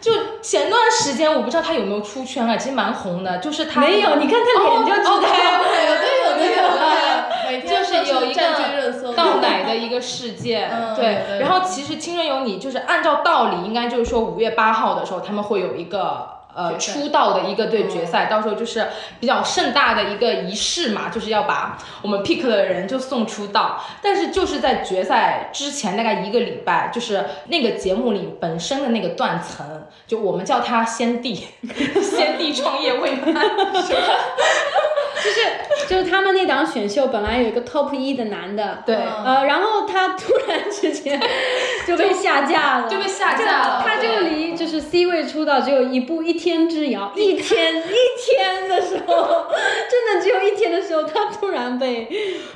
就前段时间我不知道他有没有出圈啊，其实蛮红的，就是他哦
没有，你看他脸就知道。
哦，OK，OK，
有的有的有的，每天
就
都
有一
占据热
个
搜，
倒奶的一个事件，
嗯对
对。然后其实《青春有你》就是按照道理，应该就是说五月八号的时候，他们会有一个。呃，
决赛嗯
出道的一个对决赛，到时候就是比较盛大的一个仪式嘛，就是要把我们 pick 的人就送出道。但是就是在决赛之前大概一个礼拜，就是那个节目里本身的那个断层，就我们叫它先帝， 先帝创业 未满，
就是就是他们那档选秀本来有一个 top 一的男的，
对，
嗯
呃，然后他突然之间就被下架了，
就被下架了。
他就
对
离就是 C 位出道只有一步一天之遥，一天一天的时 候，真的只有一天的时候，他突然被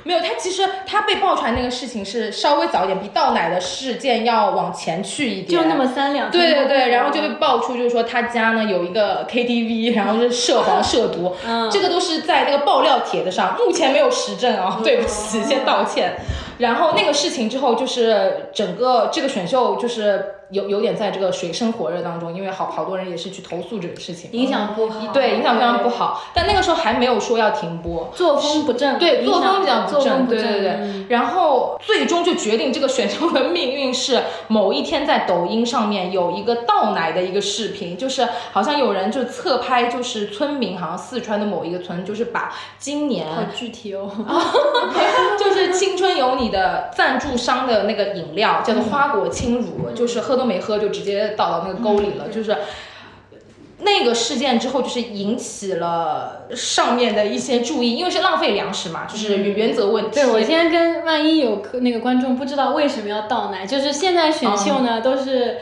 没有，他其实他被爆出来那个事情是稍微早一点，比倒奶的事件要往前去一点，
就那么三两天
对对对，然后就
被
被爆出，就是说他家呢有一个 KTV，然后是涉黄涉毒，
嗯
这个都是在那个爆料帖子上，目前没有实证
嗯
啊、对不起，先道歉。然后那个事情之后，就是整个这个选秀就是有有点在这个水深火热当中，因为好好多人也是去投诉这个事情，
影响不好，
对影响非常不
嗯对，
好。但那个时候还没有说要停播，
作风不正，
对，
影响
作风比较不
作风
正，
不
对
正，
对对。然后最终就决定这个选秀的命运是某一天在抖音上面有一个倒奶的一个视频，就是好像有人就侧拍，就是村民，好像四川的某一个村，就是把 今年
好具体哦，
就是《青春有你》的赞助商的那个饮料叫做花果清乳，就是喝都没喝就直接倒到那个沟里
嗯
了，就是。那个事件之后，就是引起了上面的一些注意，因为是浪费粮食嘛，就是原则问题。
嗯对，我现在跟万一有客那个观众不知道为什么要倒奶，就是现在选秀呢、都是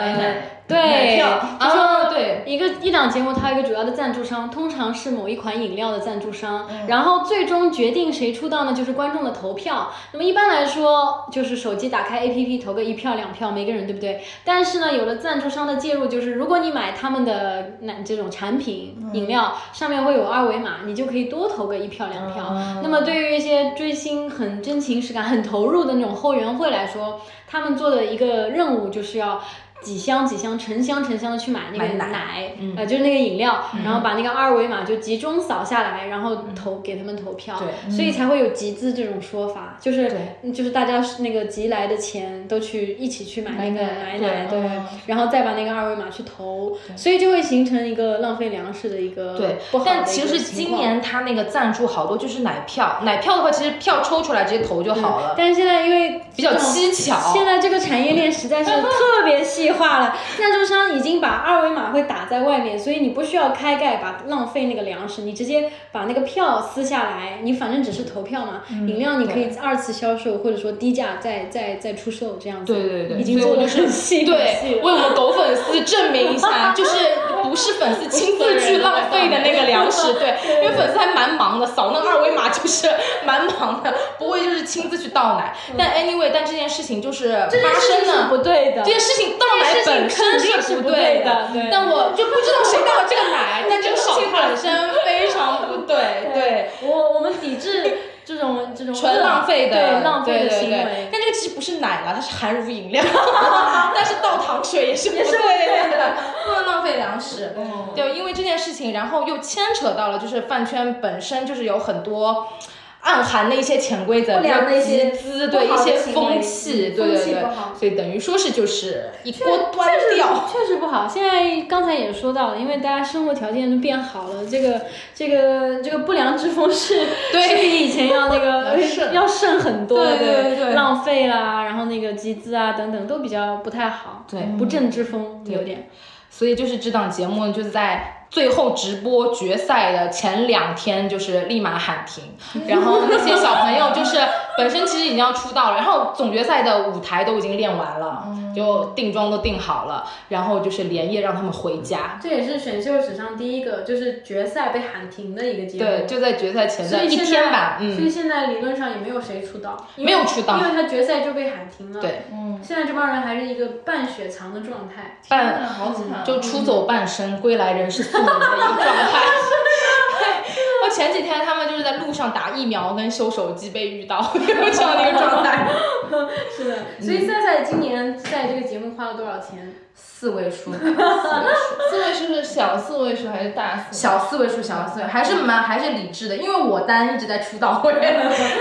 呃
奶奶
对，
票
就
啊，对，
一个一档节目，它有一个主要的赞助商，通常是某一款饮料的赞助商，
嗯
然后最终决定谁出道呢，就是观众的投票。那么一般来说，就是手机打开 APP 投个一票两票，每个人对不对？但是呢，有了赞助商的介入，就是如果你买他们的那这种产品
嗯
饮料，上面会有二维码，你就可以多投个一票两票。
嗯
那么对于一些追星很真情实感、很投入的那种后援会来说，他们做的一个任务就是要。几箱几箱，成箱成箱的去买那个
买奶
奶，呃，就是那个饮料，
嗯
然后把那个二维码就集中扫下来，然后投给他们投票，
对嗯
所以才会有集资这种说法，就是就是大家是那个集来的钱都去一起去买那个奶
买奶
奶，
对
对
嗯，
然后再把那个二维码去投，所以就会形成一个浪费粮食的一个
对
呃不好，的一
但
个
其实
情
今
况
年他那个赞助好多就是奶票，奶票的话，其实票抽出来直接投就好了，
但是现在因为
比较
这种
蹊跷。
现在这个产业链实在 是特别细化了，赞助商已经把二维码会打在外面，所以你不需要开盖把浪费那个粮食，你直接把那个票撕下来，你反正只是投票嘛，
嗯
饮料你可以二次销售或者说低价再再再出售这样子。
对对对，
已经
所以
做
我
的
就是
很细很细
对，为
了。
我们狗粉丝证明一 下，就是不是粉丝亲自去浪费的那个粮 食，对，因为粉丝还蛮忙的，扫那个二维码就是 蛮忙的，不会就是亲自去倒奶。但 anyway，但这件事情就是
嗯这件
发
事
生
情是
了。
不对的
这，件事情倒奶本身是不的，
这件事情肯定是不对的对
但我就不知道谁倒了这个奶，但这个事情本身非常不对，对，
我我们抵制这种这种
纯浪费的，
对浪费的
对对
行
对
为。
但这个其实不是奶了，它是含乳饮料，但是倒糖水也是不
是不
对的，不能浪费粮食。
嗯
对，因为这件事情，然后又牵扯到了就是饭圈本身就是有很多。暗含的一些潜规则，
不良的一些
比如集资，
不好
对
的
一些
行为
风气，
嗯
对
风
对
气
对
不好，
所以等于说是就是一锅端
确实
掉，
确实不好。现在刚才也说到了，因为大家生活条件都变好了，这个这个这个不良之风是
对
是比以前 要那个
要慎
要慎很多的，
对对对对
浪费啦，然后那个集资啊等等都比较不太好，
对
不正之风有点。
所以就是这档节目就是在最后直播决赛的前两天，就是立马喊 停，然后那些小朋友就是本身其实已经要出道了，然后总决赛的舞台都已经练完了，
嗯
就定妆都定好了，然后就是连夜让他们回家。
这也是选秀史上第一个就是决赛被喊停的一个节
对，就在决赛前的一
嗯现在
天吧，
所以
嗯，
现在理论上也没有谁出道，因为
没有出道
因为他决赛就被喊停了。
对，
嗯，
现在这帮人还是一个半雪藏的状态。
半
好惨，啊
就出走半生，归来仍是素人的一个状态。对而且前几天他们就是在路上打疫苗跟修手机被遇到 这样的一个状态，
是的。所以赛赛今年在这个节目花了多少钱？
四位数，
四位数是小四位数还是大四？
小四位数，小四位数还是蛮还是理智的，因为我单一直在出道，我也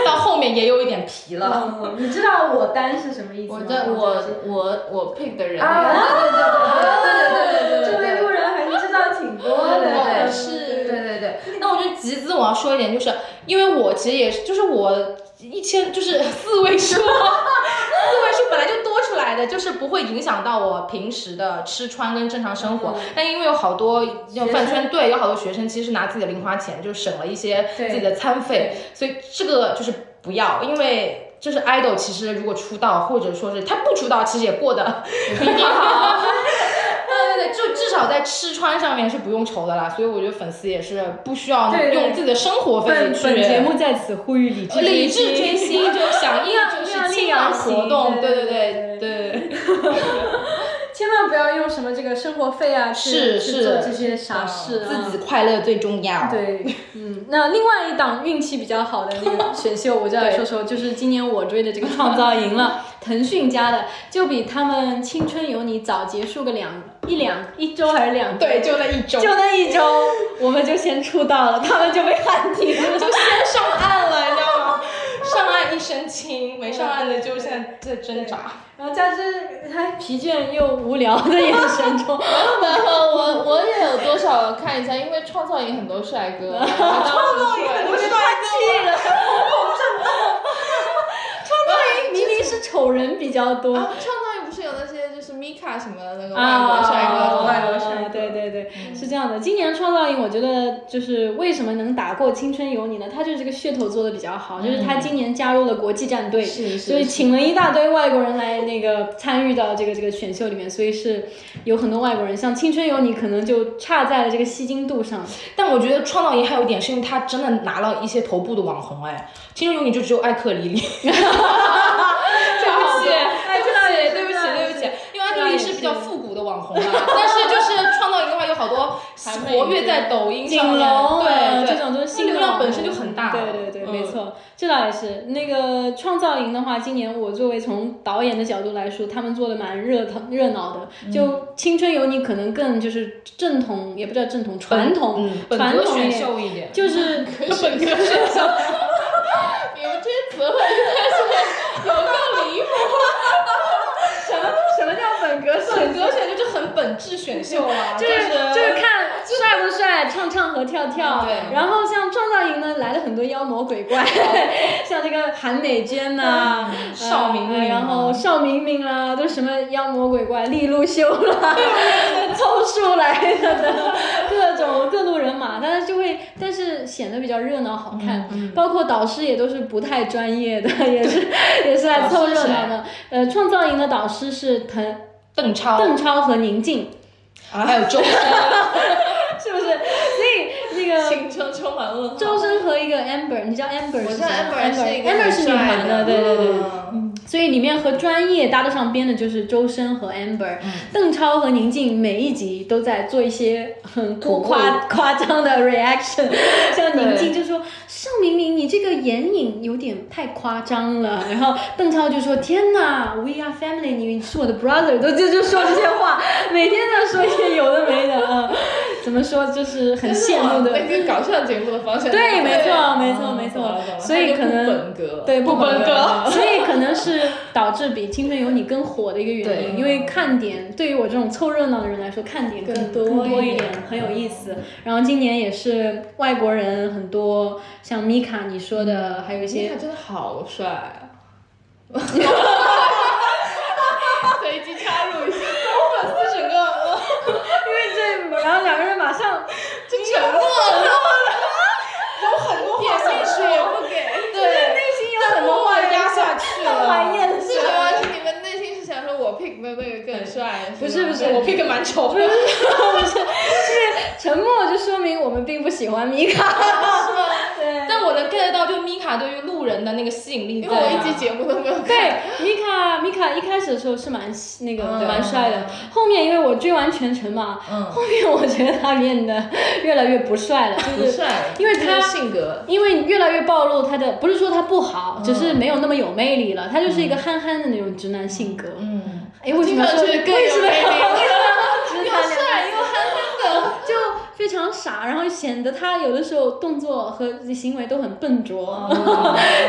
到后面也有一点疲了。
嗯，你知道我单是什么意思吗？
我的我我我 pick 的人，
啊，
对对对对对对对对对
这位路人还是知道挺多的，
对
是
对对对，那我觉得集资我要说一点，就是因为我其实也是，就是我一千就是 四位数，四位数本来就多出来的，就是不会影响到我平时的吃穿跟正常生
嗯
活。但因为有好多要
学
饭
生
圈对，有好多学生其实是拿自己的零花钱，就省了一些
对
自己的餐费，所以这个就是不要，因为。就是 idol，其实如果出道，或者说是他不出道，其实也过得比你好。对对对，就至少在吃穿上面是不用愁的啦，所以我觉得粉丝也是不需要
对对
用自己的生活费
本
去
本节目在此呼吁理智
理智追星，就响应
量
就是
量力
清凉
而
活
行
动，
对
对
对对
对对对，
千万不要用什么这个生活费啊去
是
去
是
做这些傻事啊，
自己快乐最重要。
对，嗯，那另外一档运气比较好的那个选秀，我就来说说，就是今年我追的这个《创造营》了， 腾讯家的，就比他们《青春有你》早结束个两一两一周还是两周
对，就那一周
就那一周，我们就先出道了，他们就被喊停了，就
先上岸了，你知道吗？上岸一身轻，没上岸的就现在在挣扎。
然后加之他疲倦又无聊的眼神中，
然后我我也有多少看一下，因为创造营很多帅哥，啊 创造营很
我就断气了，创造营明明是丑人比较多。
啊，创造营不是有那些就是 Mika 什么的那个外国帅哥，
外国
哦
帅哥嗯
对对对，是这样的。今年创造营，我觉得就是为什么能打过《青春有你》呢？它就是这个噱头做的比较好，就是它今年加入了国际战队，
嗯是
所以请了一大堆外国人来那个参与到这个这个选秀里面，所以是有很多外国人。像《青春有你》可能就差在了这个吸睛度上，
但我觉得创造营还有一点是因为他真的拿了一些头部的网红，哎，青春有你就只有艾克里 里。对不起，
哎这倒也
对不起，
是
对不起，因为艾克力是比较复古的网红嘛，但是就是创造营的话，有好多活跃在抖音
锦
上
龙
面，
啊
对
这
对，
种就是新
流
的
量
网
本
红
身就很大了
对对对，没
嗯
错，这倒也是。那个创造营的话，今年我作为从导演的角度来说，他们做的蛮热腾热闹
嗯
的。就《青春有你》可能更就是正统，也不叫正统，传统
嗯，本
传
格
统
选
一点，
秀一点，
就是
本格选秀，
你们这些 词汇真的是有够离谱。
什么叫本 格
本格选秀就是很本质选秀啊，
就是就是看帅不帅，唱唱和跳跳。
对
然后像创造营呢，来了很多妖魔鬼怪，
哦
像这个韩美娟
嗯
呐、呃
邵明明啊
然后邵明明啦、都什么妖魔鬼怪，利路修啦，凑数来的的各种各路人马，但是就会，但是显得比较热闹好看。包括导师也都是不太专业的，也是也是来凑热闹的。呃，创造营的导师是滕
邓超，
邓超和宁静。
还有 周深，
是不是？所以那个
青春充满问号。
周深和一个 Amber，你知道 Amber
我
是
知
谁
道
吗
Amber 是一个
Amber 是女团的，对对对。对
嗯
所以里面和专业搭得上边的就是周深和 Amber，、邓
嗯
超和宁静每一集都在做一些很
恐怖
夸夸张的 reaction，像宁静就说邵明明你这个眼影有点太夸张了，然后邓超就说天哪，We are family，你是我的 brother，都就就说这些 话，每天在说一些有的没的，嗯，怎么说就是很羡慕的，
那个搞笑节目的方向。
对，没错，没错，
嗯
没
懂
错
了懂，了
所以可
它就
能
不本格，
对不
本格
所以可能是导致比《青春有你》更火的一个原因，
对
因为看点对于我这种凑热闹的人来说，看点更
更
多
多
更多
一
一点嗯
点，
很有意思。然后今年也是外国人很多，像米卡你说的，还有一
杰
些
他真的好帅。随机插入一下，我粉丝整个
对，然后两个人马 上
就沉默了，
有很多话想说，
不给。
对，
心有
很多话压下去
很怀
了。
念的
是
事
什么？是你们内心是想说我 pick 的那个更帅？
不是
吗
不是
我 pick 蛮丑的，
沉默就说明我们并不喜欢米卡。
是吗
对
但
但我能 get 到，就米卡对于路人的那个吸引力
因
在
为
哪。
我一集节目都没有看。
对，米卡米卡一开始的时候是蛮那个
嗯
蛮帅的，后面因为我追完全程嘛，
嗯，
后面我觉得他变得越来越不帅了，就
不
是
帅，
因为
这
他
个性格，
因为越来越暴露他的，不是说他不
嗯
好，只是没有那么有魅力了。他就是一个憨憨的那种直男性格。
嗯，
哎，为什么要说
听上去更有
为什么
魅力
要
又
直男
帅又憨
就非常傻，然后显得他有的时候动作和行为都很笨
嗯
拙，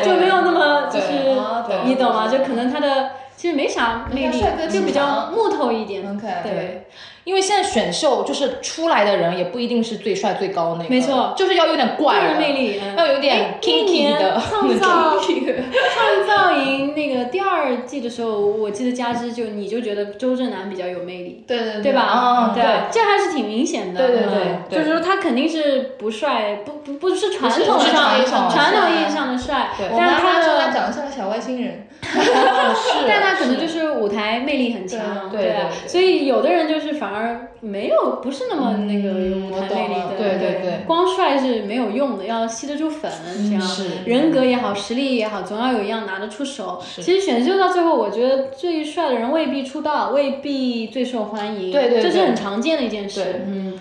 就没有那么就是
对
哦懂
你懂吗？
懂
就可能他的其实没啥魅力
人家帅哥，
就比
正
较
常
木头一
嗯
点。
OK
对，
因为现在选秀就是出来的人也不一定是最帅最高那个，
没错
就是要有点
个
怪
人
的
魅，力。嗯
要有点
哎那
kinky
年
的
创造 创造营那个第二季的时候，我记得加之就你就觉得周震南比较有魅力，
对对
对吧？
嗯
对啊
对，
这还是挺明显的。
对对
嗯
对对
就是说他肯定是不帅，不不不是传统
不是
上
传统
传统意义
意义上
上的帅，
对
我
但
妈
是他
妈说他
的。
长得像个小外星人，
嗯是，
但他可能就是舞台魅力很强，
对对
啊
对对
所以有的人就是反而没有不是那么那个有舞台魅力
嗯我懂
的，
了
对对对
光帅是没有用的，要吸得住粉，这样
嗯是
人格也好，实力也好，总要有一样拿得出手。
是
其实选秀到最后，我觉得最帅的人未必出道，未必最受欢迎，
对对
这是
对
很常见的一件事。
对
嗯，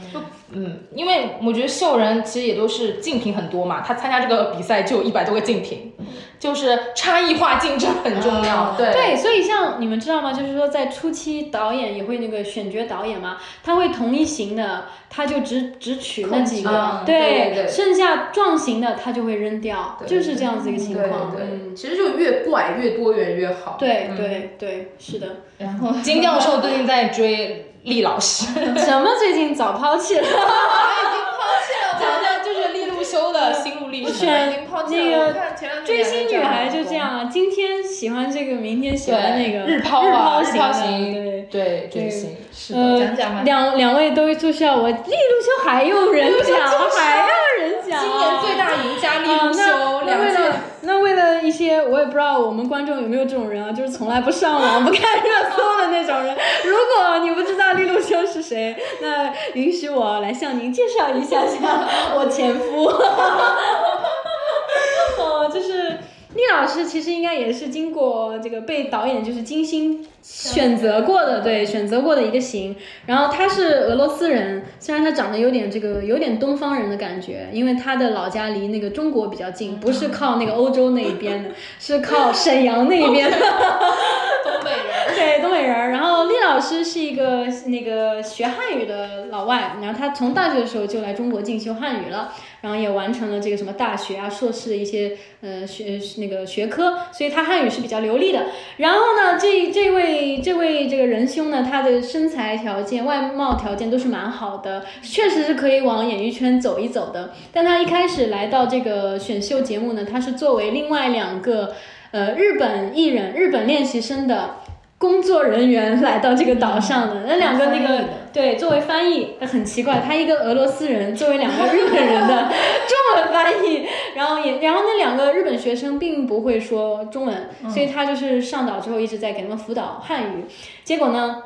嗯，因为我觉得秀人其实也都是竞品很多嘛，他参加这个比赛就有一百多个竞品，就是差异化竞争很重要。
啊
对
对，所以像你们知道吗？就是说，在初期导演也会那个选角导演嘛，他会同一型的，他就只只取那几
控
个
制啊，对对对
剩下撞型的他就会扔掉，
对
就是这样子一个情况。
对嗯对
嗯
对，，其实就越怪越多元越好。，
对对对，是的。
然后
金教授最近在追厉老师，
什么最近早抛弃了？
讲的就是厉路修的心路历
不
程。
选已经抛弃
那
了。
个
我看前两天
追星女孩
还
就这样啊，今天喜欢这个，明天喜欢那
对
个，
日抛
日
啊，
抛
日抛
型
型，
的对。
对追星
是的，
呃
讲讲吧，。
两两位都就需要我，利路修还用人讲，还要人讲。
今年最大赢家厉路修，
啊那那
两
为
届
了那为了一些我也不知道我们观众有没有这种人啊，就是从来不上网、 不看热搜的那种人。如果你不知道利路修是谁，那允许我来向您介绍一下 下我前夫。哦，就是。厉老师其实应该也是经过这个被导演就是精心选择过的，对，选择过的一个型。然后他是俄罗斯人，虽然他长得有点这个有点东方人的感觉，因为他的老家离那个中国比较近，不是靠那个欧洲那一边的，是靠沈阳那一边的。
东北人，
对，东北人儿。然后厉老师是一个那个学汉语的老外，然后他从大学的时候就来中国进修汉语了，然后也完成了这个什么大学啊、硕士的一些呃学那个学科，所以他汉语是比较流利的。然后呢，这这位这位这个仁兄呢，他的身材条件、外貌条件都是蛮好的，确实是可以往演艺圈走一走的。但他一开始来到这个选秀节目呢，他是作为另外两个。呃，日本艺人、日本练习生的工作人员 来到这个岛上的。那两个那
翻译
个
的
对，作为翻译很奇怪，他一个俄罗斯人，作为两个日本人的 中文翻译，然后也然后那两个日本学生并不会说中文，所以
嗯
他就是上岛之后一直在给他们辅导汉语，结果呢？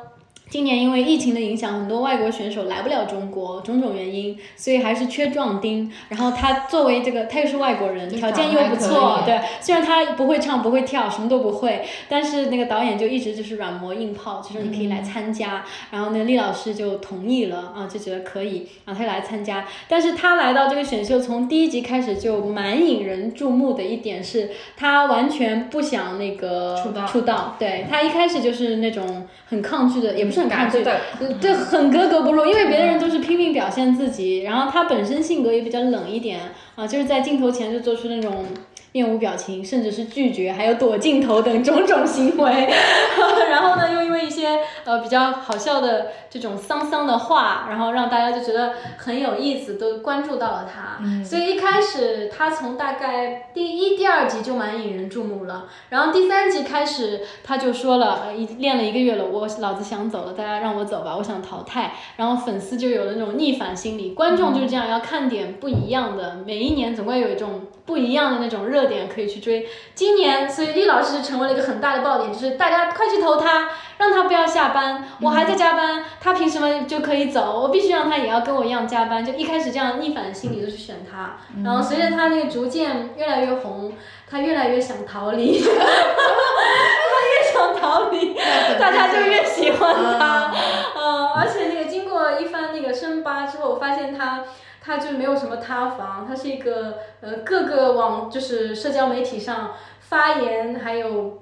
今年因为疫情的影响，很多外国选手来不了中国，种种原因，所以还是缺壮丁。然后他作为这个，他又是外国人，
就
条
长
件
得
又
还
不
可
错，
以
对，虽然他不会唱、不会跳，什么都不会，但是那个导演就一直就是软磨硬泡，就说你可以
嗯
来参加。然后呢，厉老师就同意了啊，就觉得可以，然后他就来参加。但是他来到这个选秀，从第一集开始就蛮引人注目的一点是，他完全不想那个
出道
出道，对他一开始就是那种很抗拒的，也不是很抗拒，
对，
嗯对，很格格不入，因为别的人都是拼命表现自己，然后他本身性格也比较冷一点啊，就是在镜头前就做出那种面无表情，甚至是拒绝，还有躲镜头等种种行为。 然后呢，又因为一些呃比较好笑的这种丧丧的话，然后让大家就觉得很有意思，都关注到了他。所以一开始他从大概第一、第二集就蛮引人注目了，然后第三集开始他就说了，呃一练了一个月了，我老子想走了，大家让我走吧，我想淘汰。然后粉丝就有了那种逆反心理，观众就是这样，要看点不一样的，每一年总会有一种不一样的那种热点可以去追。今年，所以厉老师成为了一个很大的爆点，就是大家快去投他，让他不要下班，我还在加班，他凭什么就可以走？我必须让他也要跟我一样加班。就一开始这样逆反心理就去选他，然后随着他那个逐渐越来越红，他越来越想逃离， 他越想逃离，大家就越喜欢他。嗯，而且那个经过一番那个深扒之后，我发现他他就没有什么塌房，他是一个呃各个网就是社交媒体上发言还有。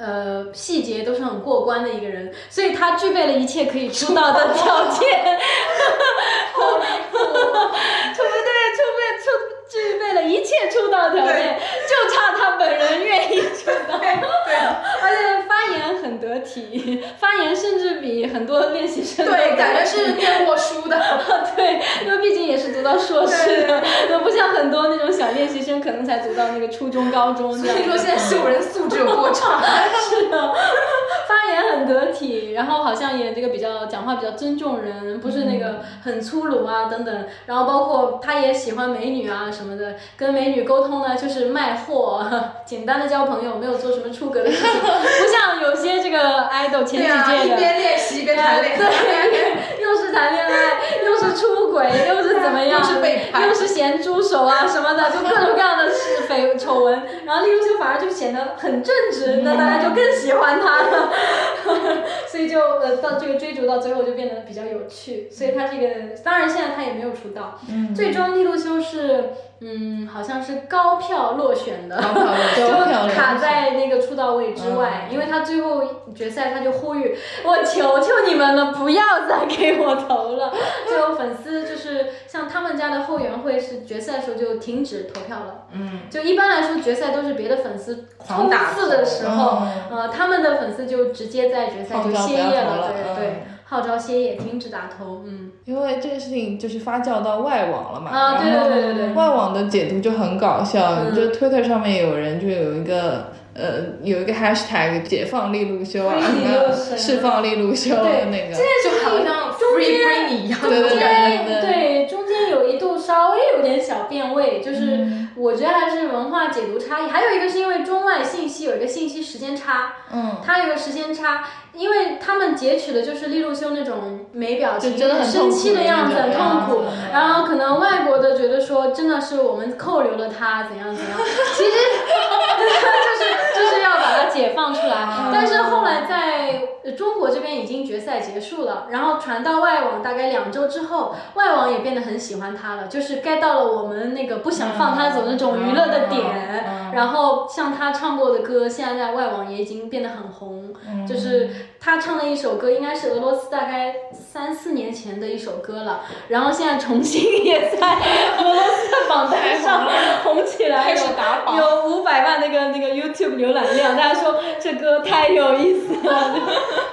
呃，细节都是很过关的一个人，所以他具备了一切可以出道的条件。出对出备出具备了一切出道条件，就差他本人愿意出道。而且发言很得体，发言甚至比很多练习生都
对，感觉是念过书的。
对，因为毕竟也是读到硕士的， 就不像很多那种小练习生可能才读到那个初中、高中这
所
样
以。说现在秀人素质有多差？
是的，发言很得体，然后好像也这个比较讲话比较尊重人，不是那
嗯
个很粗鲁啊等等。然后包括他也喜欢美女啊什么的，跟美女沟通呢就是卖货， 简单的交朋友，没有做什么出格的事情，不像有些这个 idol 前
对
几
啊，一
届的。
边练习一边谈恋爱，
对， 又是谈恋爱，又是出轨，又是怎么样，
又是背叛
又是咸猪手啊什么的，就各种各样的是非丑闻。然后利路修反而就显得很正直，那大家就更喜欢他了。 所以就呃到这个追逐到最后就变得比较有趣。所以他这个当然现在他也没有出道，
嗯
最终利路修是嗯好像是高票落选的。就卡
哎
在那个出道位之外，因为他最后决赛他就呼吁我求求你们了，不要再给我投了。最后粉丝就是像他们家的后援会是决赛的时候就停止投票了，
嗯，
就一般来说决赛都是别的粉丝
狂打
冲刺的时候，
嗯
呃，他们的粉丝就直接在决赛就
号召
歇
不要
业
投
了，
了
对
嗯
对，号召歇业，停止打投，嗯，
因为这个事情就是发酵到外网了嘛，
啊，对
然后
对对对对。
外网的解读就很搞笑，
嗯
就 Twitter 上面有人就有一个呃有一个 hashtag 解放利路修啊，
Free
什
利路
么
修
释放利路修啊那个，
就好像 free free 你一样
对
那
对
种
对
感觉。
对对，中间有一度稍微有点小变味，就是
嗯
我觉得还是文化解读差异，还有一个是因为中外信息有一个信息时间差，
嗯，
它有一个时间差，因为他们截取的就是利路修那种没表情、
就真的很
生气的样子，很痛苦
痛苦的那种样子，
然后可能外国的觉得说真的是我们扣留了他怎样怎样，其实就是就是要把它解放出来，但是后来在中国这边已经决赛结束了，然后传到外网大概两周之后，外网也变得很喜欢他了，就是 get 到了我们那个不想放他走那种娱乐的点，然后像他唱过的歌，现在在外网也已经变得很红，就是他唱的一首歌，应该是俄罗斯大概三四年前的一首歌了，然后现在重新也在俄罗斯的榜单上红起来
开
了
始。打榜，
有五百万那个那个 YouTube 浏览量，大家说这歌太有意思 了。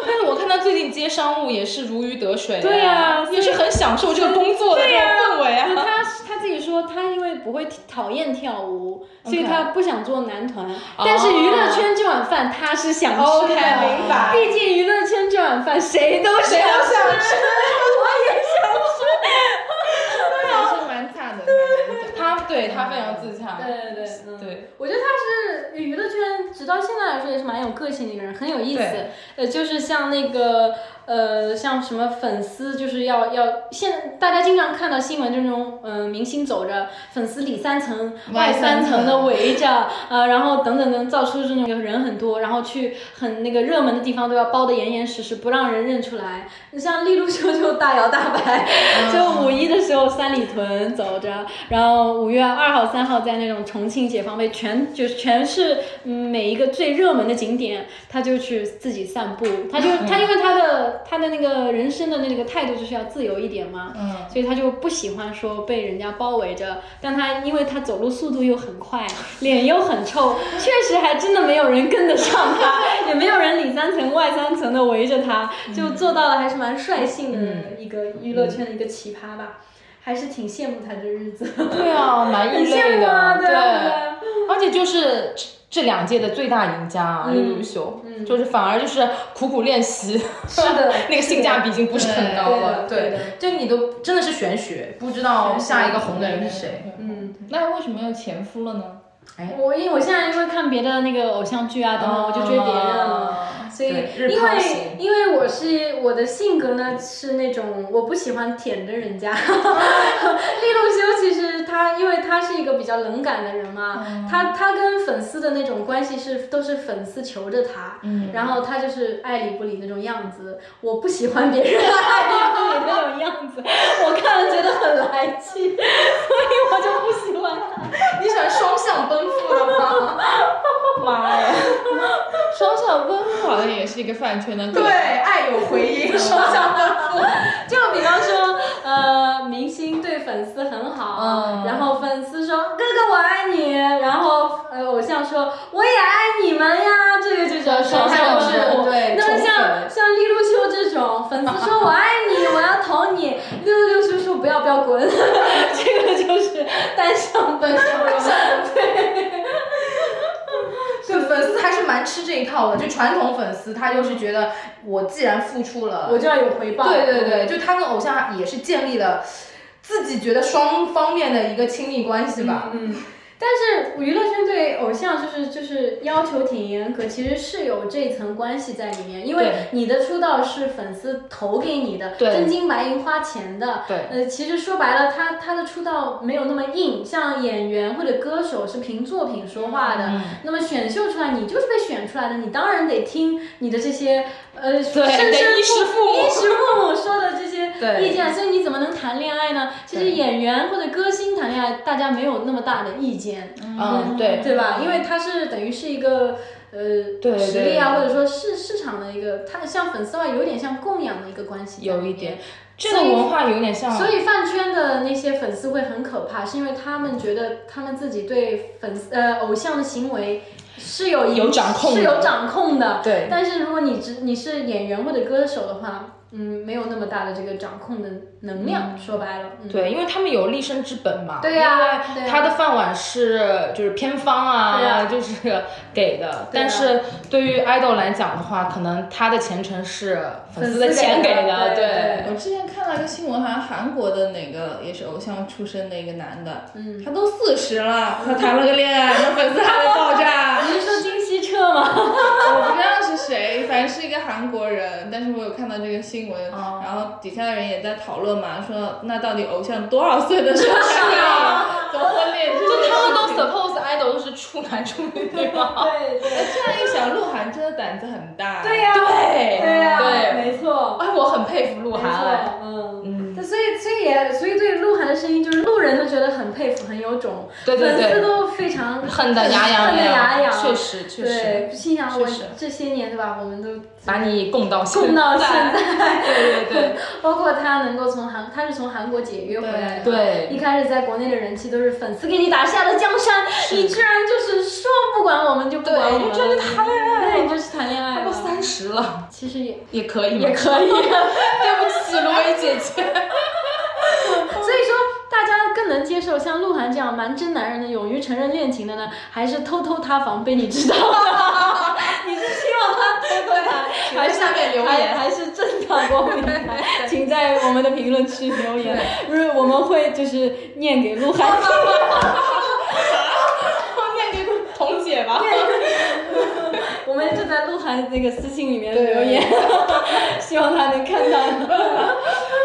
但是我看他最近接商务也是如鱼得水，
对呀所以
也是很享受这个工作的这种氛围啊。
他他自己说，他因为不会讨厌跳舞，所以他不想做男团。但是娱乐圈这碗饭他是想吃
OK，
的
明白
毕竟娱乐圈这碗饭谁都想吃，
还是蛮差的。
他对他非常自洽，
对对对，嗯。
对，
我觉得他是娱乐圈直到现在来说也是蛮有个性的一个人，很有意思
对。
呃，就是像那个呃，像什么粉丝，就是要要现大家经常看到新闻，就那种嗯、呃明星走着，粉丝里三层外
外
三
三
层
层
的围着， 呃，然后等等等，造出这种人很多，然后去很那个热门的地方都要包得严严实实，不让人认出来。你像利路修就大摇大摆，就五一的时候三里屯走着，然后五月二号、三号在那种重庆解放碑，全就是全是嗯每一个最热门的景点，他就去自己散步。他就他因为他的他的那个人生的那个态度就是要自由一点嘛，
嗯，
所以他就不喜欢说被人家包围着，但他因为他走路速度又很快，脸又很臭，确实还真的没有人跟得上 他，也没有人里三层外三层的围着他，
嗯
就做到了还是蛮率性的一个娱乐圈的一个奇葩吧，还是挺 羡慕他的日子，
对啊，蛮
很
异
羡
类
慕啊，
的，
对啊对啊
而且就是。这两届的最大赢家啊，
嗯
刘禹秀，就是反而就是苦苦练习，
是的
那个性价比已经不是很高了。
对的对的
就你都真的是玄学，不知道下一个红的人是谁。
嗯，
那为什么要前夫了呢？
我因为我现在因为看别的那个偶像剧啊等
哦
等，我就追别人了。
啊
所以，
对
因
日抛型
为因为我是我的性格呢是那种我不喜欢舔着人家。利 路修其实他因为他是一个比较冷感的人嘛，
嗯
他他跟粉丝的那种关系是都是粉丝求着他，
嗯
然后他就是爱理不理那种样子。我不喜欢别人 爱理不理那种样子，我看了觉得很来气，所以我就不喜欢他。
你喜欢双向奔赴的 吗？妈呀！
双向奔赴好像也是一个饭圈的梗。
对，爱有回音，双向奔赴。
就比方说，呃，明星对粉丝很好，
嗯
然后粉丝说“哥哥我爱你”，然后呃，偶像说“我也爱你们呀”，这个就叫双向
双向
奔
奔赴
赴。
对
那么
宠
像
粉
像利路修这种，粉丝说我爱你，我要投你，利路六叔说不要不要滚，这个就是单向奔赴。
对，粉丝还是蛮吃这一套的。就传统粉丝，他就是觉得我既然付出了，
我就要有回报。
对对对，就他跟偶像也是建立了自己觉得双方面的一个亲密关系吧。
嗯，但是娱乐圈对偶像就是就是要求挺严格，其实是有这一层关系在里面，因为
对
你的出道是粉丝投给你的，
对
真金白银花钱的。
对
呃，其实说白了，他他的出道没有那么硬，像演员或者歌手是凭作品说话
嗯
的。那么选秀出来，你就是被选出来的，你当然得听你的这些呃生
你的
生
衣食父母
衣食父母说的这些
对
意见，所以你怎么能谈恋爱呢？其实
对
演员或者歌星谈恋爱，大家没有那么大的意见，
嗯，对
对吧？因为它是等于是一个呃
对
实力啊，
对
或者说市市场的一个，它像粉丝的话，有点像供养的一个关系，
有一点。这
所
个
以
文化有点像，
所以饭圈的那些粉丝会很可怕，是因为他们觉得他们自己对粉丝呃偶像的行为是有
有掌控的
是有掌控的。
对
但是如果你只你是演员或者歌手的话，嗯，没有那么大的这个掌控的能量。说白了，嗯、
对，因啊为他们有立身之本嘛。
对呀
因为
对啊呀
他的饭碗是就是偏方啊，
对呀
就是给的。但是对于 idol 来讲的话，可能他的前程是粉丝的
粉丝
钱
给的
给的，
对
我之前看了一个新闻，好像韩国的哪个也是偶像出身的一个男的，
嗯
他都四十了，他谈了个恋爱，那粉丝还会爆炸。
你是说金希澈吗？
我不知道是谁，反正是一个韩国人，但是我有看到这个新闻，
哦
然后底下的人也在讨论嘛，说那到底偶像多少岁的时候
啊
谈怎么婚恋？
就
就
他们都 suppose idol 都是处男处女嘛。
对对
这样一想，鹿晗真的胆子很大。
对呀、
对啊
对呀、
对，
没错。
哎，我很佩服鹿晗哎。
嗯
嗯
嗯，所以所以也所以对鹿晗的声音，就是路人都觉得很佩服，很有种，
对对对
粉丝都非常
恨得牙痒
恨得牙痒，
确实确
对，
实，
心想我
确实
这些年对吧，我们都
把你供到
碰到现
在，
在，
对对对
包括他能够从韩，他是从韩国解约回来的， 一
对，
开始在国内的人气都是粉丝给你打下的江山，你居然就是说不管我们就不管我们，
对就真的谈恋爱了
对，你就是谈恋爱
他
了
都，三十了，
其实也
哎也可以嘛
也可以。
对不起，芦苇姐姐。
所以说，大家更能接受像鹿晗这样蛮真男人的、勇于承认恋情的呢，还是偷偷塌房被你知道了？ 你是希望他偷偷塌，还是
下面留言
还还是正大光明的？请在我们的评论区留言，因为我们会就是念给鹿晗听。
那你彤姐吧。
我们就在鹿晗那个私信里面留言， 希望他能看到。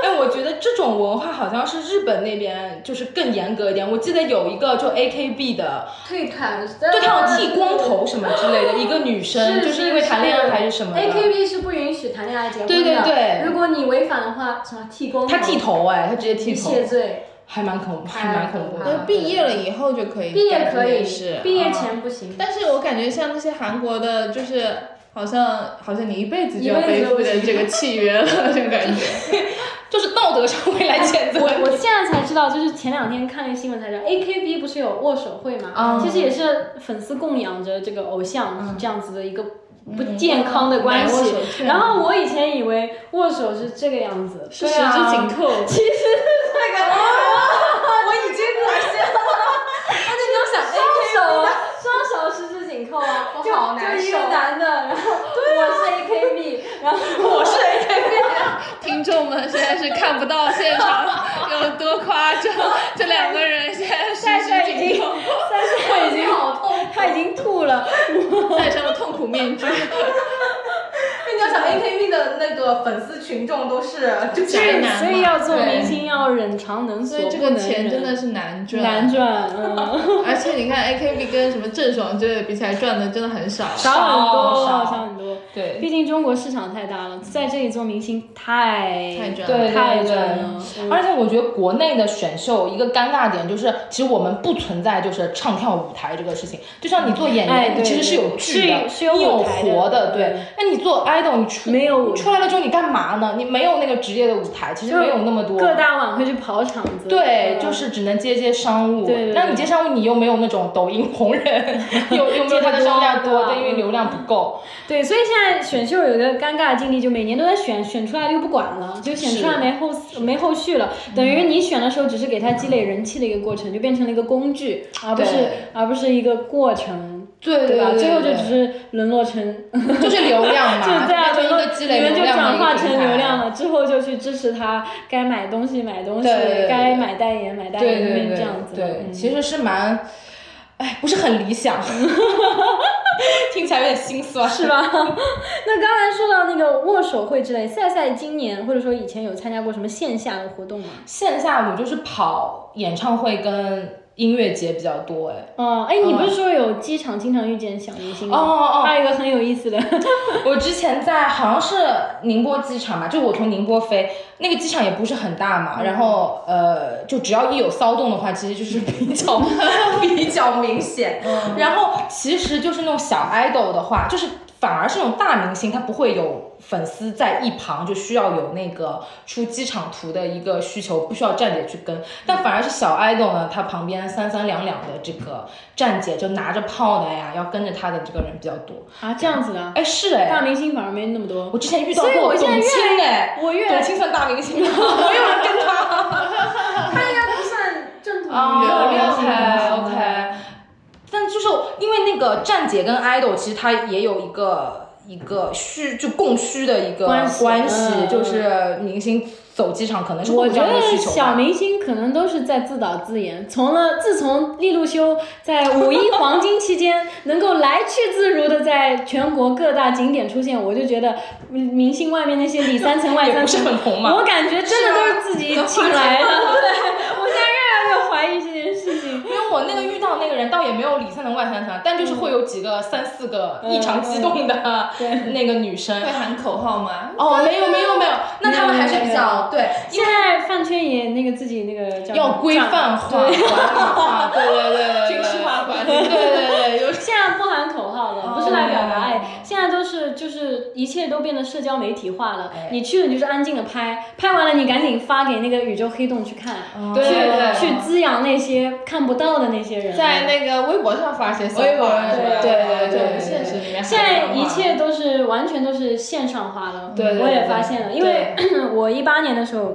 哎，我觉得这种文化好像是日本那边就是更严格一点。我记得有一个就 A K B 的，
退团，
对，她要剃光头什么之类的，一个女生就是因为谈恋爱还是什么的
A K B 是不允许谈恋爱结婚的。
对对对
如果你违反的话，什么剃光头，
她剃头哎，她直接剃
一
头，
谢罪，
还蛮恐怖，还蛮恐怖
对
的
那。毕业了以后就可以，
毕业可以
是，
毕业
嗯
前不行。
但是我感觉像那些韩国的，就是好像好像你一辈子就要
一辈子
背
都
负
不行
着这个契约了，这种感觉。
就是道德上会来谴责
我
你。
我现在才知道，就是前两天看那个新闻才知道，A K B 不是有握手会嘛？
嗯
其实也是粉丝供养着这个偶像这样子的一个不健康的关
买握
系
手。券
然后我以前以为握手是这个样子，啊
是十指紧扣，
我已经恶心了。
但是你要想 A K 手，双手十指紧扣啊，
我好难
就一
受
个。男的，然后我是 AKB，然后
我是 AKB，
听众们现在是看不到现 场有多夸张，这两个人现在
晒晒
是
已经，晒晒已经好痛，他已经吐了。
戴上了痛苦面具。
你要想 AKB 的那个粉丝群众都是就
宅
是
男嘛
所以要做
对
明星要忍常能
所
所，
以这
不
个
能
钱
忍
真的是难赚，
难赚，嗯，
而且你看 AKB 跟什么郑爽之类的比起来，赚的真的很少。
少很多，
少
少很多。
对，
毕竟中国市场太大了，在这里做明星太
太赚了
对
太赚
对对
了。嗯
而且我觉得国内的选秀一个尴尬点就是，其实我们不存在就是唱跳舞台这个事情。就像你做演员，
哎对
你其实是有剧的，
是是有
你有
舞台的
活的，对。那你做 idol，你出
没有舞
你出来了之后你干嘛呢？你没有那个职业的舞台，其实
就是
没有那么多。
各大晚会去跑场子，
对，
嗯
就是只能接接商务。
对对对
那你接商务，你又没有那种抖音 红人，又又没有他的商量
接得多
多，对，因为
嗯
流量不够。
对，所以现在选秀有一个尴尬的境地，就每年都在选，选出来了又不管了，就选出来没后没后续了，等于
嗯
你选的时候只是给他积累人气的一个过程，就变成了一个工具，而啊不是
对
而不是一个过程，
对
对吧？
对，
最后就只是沦落成，
就是流量嘛，
就对啊，
就
沦
一
落
个积累
你们就
流量的
转
一个
化成
平台
流量了，之后就去支持他，该买东西买东西
对对对，
该买代言买代
对
言，
对
变
对，
这样子了，
对，
嗯
其实是蛮，哎，不是很理想， 听起来有点心 酸。
是吧？ 那刚才说到那个握手会之类，赛赛今年或者说以前有参加过什么线下的活动吗？
线下我就是跑演唱会跟音乐节比较多，哎，
哦，哎，你不是说有机场经常遇见小明星吗？
哦哦哦
还有一个很有意思的，
我之前在好像是宁波机场吧，就我从宁波飞，那个机场也不是很大
嗯
嘛，然后呃，就只要一有骚动的话，其实就是比较 比较明显。
嗯
然后其实就是那种小 idol 的话，就是反而是那种大明星，他不会有粉丝在一旁，就需要有那个出机场图的一个需求，不需要站姐去跟。但反而是小 idol 呢，他旁边三三两两的这个站姐就拿着炮的呀，要跟着他的这个人比较多。
啊，这样子的，
哎，是哎，
大明星反而没那么多。
我之前遇到
所以
过
我
董
现在越
卿哎，
我越
董卿算大明星吗？没有人跟他。
他应该不算正统
哦
的流行
，OK
明星
OK。但就是因为那个站姐跟 idol，其实他也有一个一个虚就供需的一个
关系
关系，
嗯
就是明星走机场可能是
我
会有这
觉
样的
得
需求
小
吧。
明星可能都是在自导自演。从了自从利路修在五一黄金期间能够来去自如的在全国各大景点出现，我就觉得嗯明星外面那些里三层外
也
三
不是
层，
很红嘛
我感觉真的都是自己请 来的。对，我现在越来越怀疑这件事情。
因为我那个遇到那个人，倒也没有里三层外三层，啊但
嗯
就是会有几个三四个异常激动的 那个女生
会。喊口号吗？
哦，没有没有没有，那他们还
嗯
是比较对，
现在饭圈也那个自己那个叫
要规范化，管理化，对对对对，对
军事化管理
对对对对，有
现在不喊口号了，不是来表
哦
达爱，现在都是就是一切都变得社交媒体化了
哎。
你去了你就是安静的拍，拍完了你赶紧发给那个宇宙黑洞去看，
哦
对对
啊
对
去去滋养那些看不到的那些人。
在那个微博上发些小
微博
话是吧？
对对对
啊对
对
现实里面喊
现在
小
一
话
切都是完全都是线上化了，
对对对
我也发现了，因为 我一八年的时候，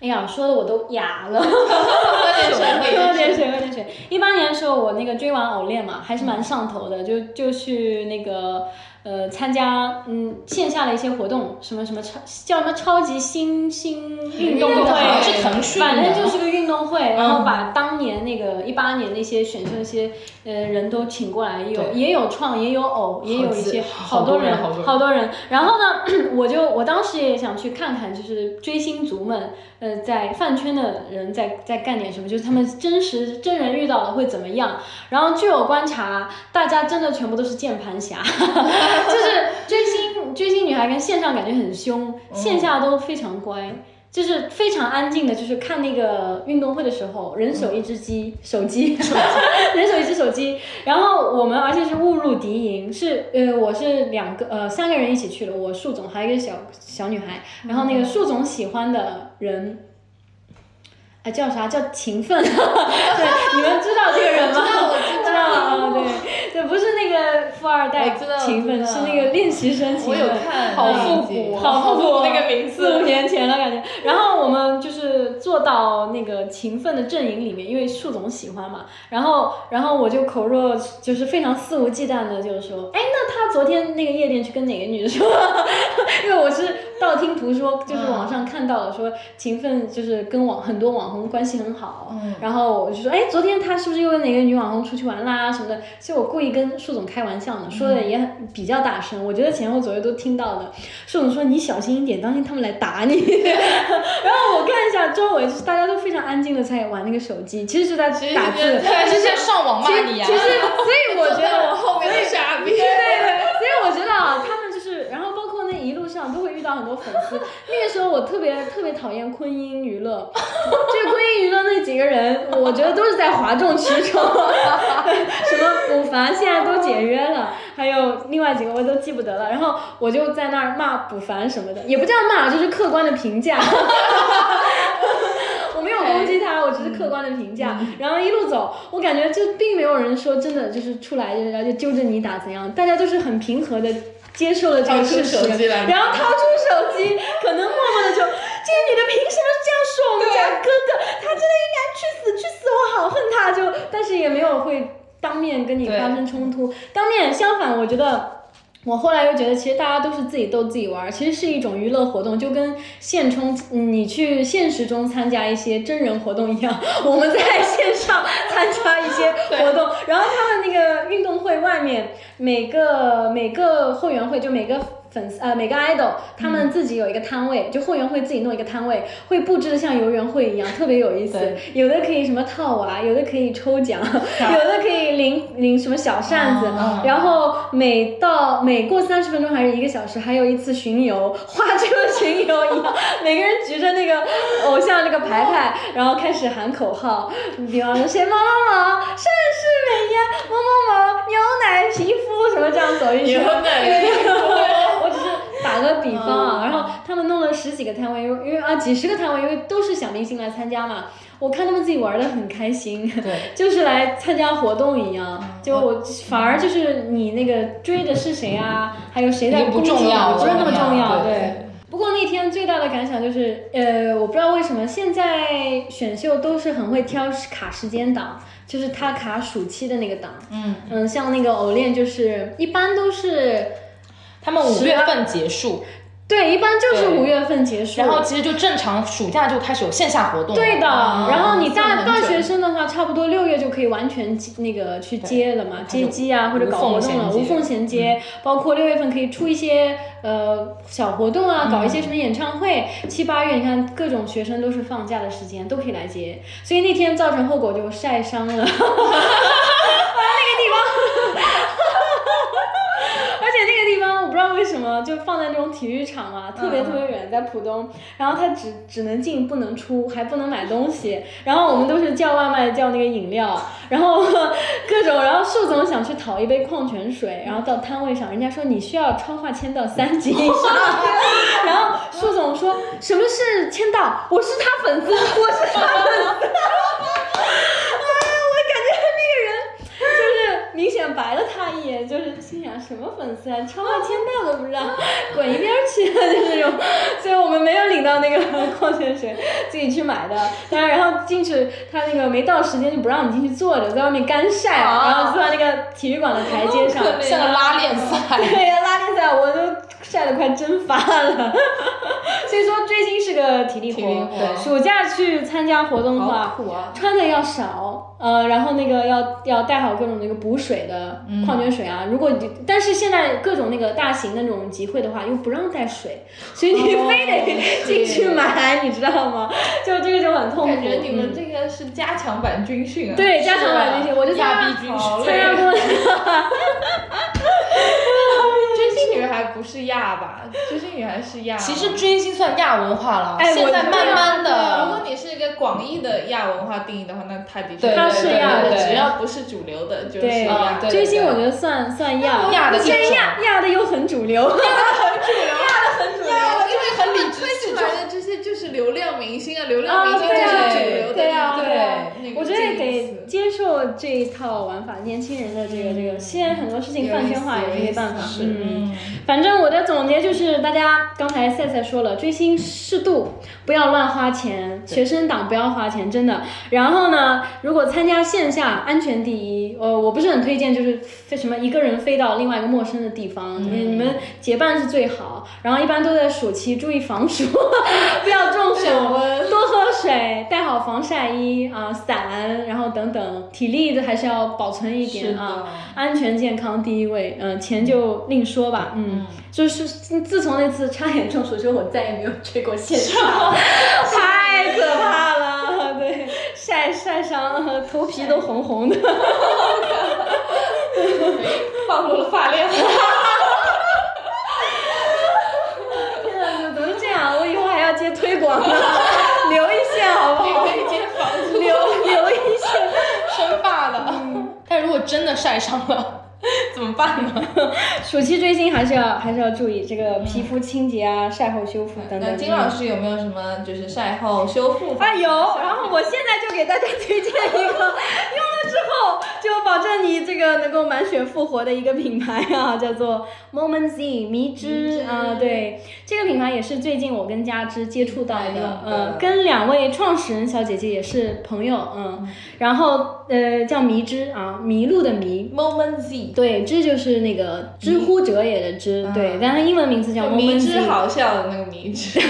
哎呀，说的我都哑了。
喝点水，
喝点水，喝点水。一八年的时候，我那个追完偶练嘛，还是蛮上头的，就就去那个呃参加嗯线下的一些活动，什么什么超叫什么超级新星运动
运动会
会，
是腾讯的
反正就是个运动会，然后把当年那个一八年那些选秀那些呃人都请过来，有
对
也有创，也有偶，也有一些
好
好
多
多
人
人
好多人
好多人。然后呢， 我就我当时也想去看看，就是追星族们，呃，在饭圈的人在在干点什么，就是他们真实真人遇到的会怎么样。然后据我观察，大家真的全部都是键盘侠， 就是追星追星女孩跟线上感觉很凶，线下都非常乖。就是非常安静的，就是看那个运动会的时候，人手一只鸡，嗯手机， 人手一只手机。然后我们而且是误入敌营，是呃，我是两个呃三个人一起去了，我树嗯总还有一个小小女孩，然后那个树总喜欢的人。啊叫啥叫勤奋， 对，你们知道这个人吗？知道 啊，对，对，不是那个富二代
我知道我
勤
知
奋，
道
是那个练习生勤
我有
奋。
看
好
那一
复
集
古，哦
好复古
那个名
四五
字。
年前了感觉。然后我们就是坐到那个勤奋的阵营里面，因为树总喜欢嘛。然后，然后我就口若，就是非常肆无忌惮的，就是说，哎，那他昨天那个夜店去跟哪个女的说？因为我是道听途说，就是
嗯
网上看到了说勤奋就是跟网很多网红关系很好。
嗯
然后我就说，哎，昨天他是不是又跟哪个女网红出去玩啦啊什么的？其实我故意跟树总开玩笑呢，说的
嗯
也很比较大声，我觉得前后左右都听到的。树总说你小心一点，当心他们来打你。 然后我看一下周围，就是大家都非常安静的在玩那个手机，其实就在
其实
打
就
字
是。
还是在上网骂
啊
你呀、啊
其实，所以我觉得
我后面的傻逼，
所以我觉得啊，他们就是，然后包括那一路上都会遇到很多粉丝。那个时候我特别特别讨厌昆音娱乐，这昆音娱乐那几个人，我觉得都是在哗众取宠，什么补凡现在都解约了，还有另外几个我都记不得了。然后我就在那儿骂补凡什么的，也不叫骂，就是客观的评价。我没有攻击他，我只是客观的评
嗯
价。然后一路走，我感觉就并没有人说真的就是出来就是就揪着你打怎样，大家都是很平和的接受了这
掏
个
出
事实
手，机来，
然后掏出手机，可能默默的就，这个女的凭什么这样说我们家哥哥？她真的应该去死去死，我好恨她！就，但是也没有会当面跟你
对
发生冲突，当面相反，我觉得。我后来又觉得，其实大家都是自己逗自己玩儿，其实是一种娱乐活动，就跟现充嗯你去现实中参加一些真人活动一样，我们在线上参加一些活动，然后他们那个运动会外面每个每个后援会就每个。粉丝呃，每个 idol 他们自己有一个摊位，就后援会自己弄一个摊位，会布置的像游园会一样，特别有意思。有的可以什么套娃，有的可以抽奖，有的可以领领什么小扇子，
啊
然后每到每过三十分钟还是一个小时，还有一次巡游，花车巡游一样， 每个人举着那个偶像那个牌牌，然后开始喊口号，比方说谁某某某盛世美颜，某某某牛奶皮肤什么这样走一圈。我只是打个比方啊，然后他们弄了十几个摊位，因为因为啊几十个摊位，因为都是小明星来参加嘛，我看他们自己玩的很开心，
对，嗯
就是来参加活动一样。就我反而就是你那个追的是谁啊，还有谁在
已经不
攻击
重
你
要了
不是那么重要，
对
对。不过那天最大的感想就是，呃，我不知道为什么现在选秀都是很会挑卡时间档，就是他卡暑期的那个档。
嗯
嗯，像那个偶练就是一般都是
他们五月份结束，
对，一般就是
对
五月份结束。
然后其实就正常暑假就开始有线下活动了。
对的，然后你
算
大
很
大
准
学生的话，差不多六月就可以完全接那个去接了嘛，接机啊或者
无
搞活动了，
缝衔
无
接
缝衔接。包括六月份可以出一些呃小活动啊，搞一些什么演唱会。七八月你看各种学生都是放假的时间，都可以来接。所以那天造成后果就晒伤了。 而且那个地方我不知道为什么就放在那种体育场嘛，特别特别远，在浦东，然后它只只能进不能出，还不能买东西，然后我们都是叫外卖叫那个饮料，然后各种，然后树总想去讨一杯矿泉水，然后到摊位上，人家说你需要超话签到三级以上， 然后树总说什么是签到，我是他粉丝，我是他粉丝。 哎我感觉那个人就是明显白了他一眼，就是心想什么粉丝啊，超话签到都不知道，滚一边儿去，就是那种。所以我们没有领到那个矿泉水，自己去买的。当然，然后进去他那个没到时间就不让你进去坐着，在外面干晒，然后坐在那个体育馆的台阶上。
像个拉练赛。
对呀，拉力赛我都晒得快蒸发了。 所以说，追星是个体力活。
对
暑假去参加活动的话，
好苦啊！
穿的要少，呃，然后那个要要带好各种那个补水的
嗯
矿泉水啊。如果你但是现在各种那个大型的那种集会的话，又不让带水，所以你非得 进去买，你知道吗？就这个就很痛苦。
哦
嗯
感觉你们这个是加强版军训啊！
对加强版那些，我就参
啊
亚
加
逼军
好
训
累
参加过。
追星女孩不是亚吧？追星女孩是亚。
其实追星算亚文化了，
哎我
现在慢慢
对如果
的，
你是一个广义的亚文化定义的话，那他的确
对
它是亚
的，
的
只要不是主流的，就是
对
亚。
对
追星我觉得算算亚
亚的一种
虽然亚亚的又很主流，
因为很理直气壮的这些就是流量明星啊，流量明星
啊
就
对
是
啊
主流
受这一套玩法，年轻人的这个这个，现在很多事情
嗯有
饭
意
圈
思
化
有
也没
意
办
思啊
法。
是
嗯， 反正我的总结就是，大家刚才赛赛说了，追星适度，不要乱花钱，学生党不要花钱，真的。然后呢，如果参加线下，安全第一。呃，我不是很推荐，就是飞什么一个人飞到另外一个陌生的地方，你
嗯
们你们结伴是最好。然后一般都在暑期，注意防暑， 不要中暑，多喝水，带好防晒衣啊、伞，然后等等，体力的还是要保存一点啊。安全健康第一位，嗯、钱就另说吧，嗯，就是自自从那次差点中暑之后，我再也没有追过线上，太可怕 了，对，晒晒伤，呃头皮都红红的，
暴露了发量。
天啊，怎么都这样？我以后还要接推广 呢，留一线好不好？
一间房子
留留一线。
生发了，但如果真的晒伤了，怎么办呢？
暑期追星还是要还是要注意这个皮肤清洁
嗯
啊、晒后修复等
那
等。
金老师有没有什么就是晒后修复法？
啊有，然后我现在就给大家推荐一个，用了之后就保证你这个能够满血复活的一个品牌啊，叫做 Moment Z 迷之啊，对，这个品牌也是最近我跟佳芝接触到
哎呦
的，
对
嗯，跟两位创始人小姐姐也是朋友，嗯，然后呃叫迷之啊，麋鹿的迷。
Moment Z，
对，知就是那个知乎者也的知，嗯对，但它英文名字叫
就
Moment
迷
Z
之好笑的那个迷之，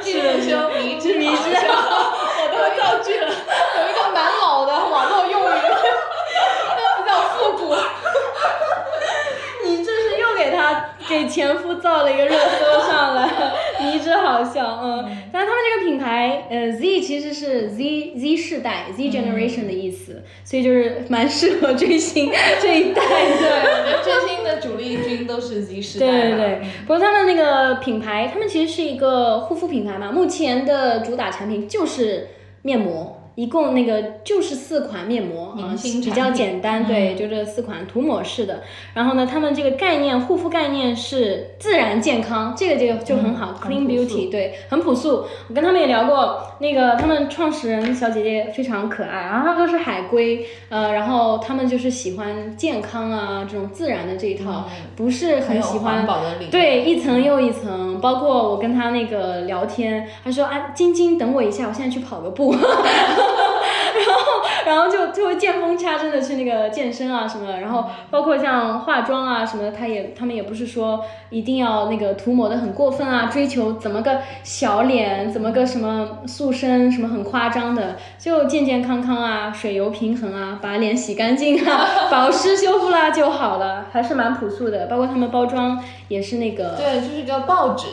记得说迷之迷之，
我造句了，有一个蛮老的网络用语，那比较复古。
你这是又给他给前夫造了一个热搜上来， 迷之好笑，嗯。但是他们这个品牌，呃，Z 其实是 Z Z 世代 Z generation 的意思，所以就是蛮适合追星 这一代的。
对，追星的主力军都是 Z 时代
对对
嘛
嗯
对，不过他们那个品牌，他们其实是一个护肤品牌嘛，目前的主打产品就是面膜。一共那个就是四款面膜啊，
明星
比
产
较
品嗯
简单，对，就这四款涂抹式的。然后呢，他们这个概念护肤概念是自然健康，这个这个就很
嗯
好、c l e a n Beauty，对，很朴素。我跟他们也聊过，那个他们创始人小姐姐非常可爱，然后他们都是海归，呃，然后他们就是喜欢健康啊这种自然的这一套，不是很
嗯有
喜欢
环保的理念。
对，一层又一层，包括我跟他那个聊天，他说啊，晶晶等我一下，我现在去跑个步， 然后然后就就会见缝插针的去那个健身啊什么，然
嗯
后包括像化妆啊什么的，他也他们也不是说一定要那个涂抹的很过分啊，追求怎么个小脸，怎么个什么塑身，什么很夸张的，就健健康康啊，水油平衡啊，把脸洗干净啊，保湿修复啦就好了，还是蛮朴素的。包括他们包装也是那个
对，就是个报纸，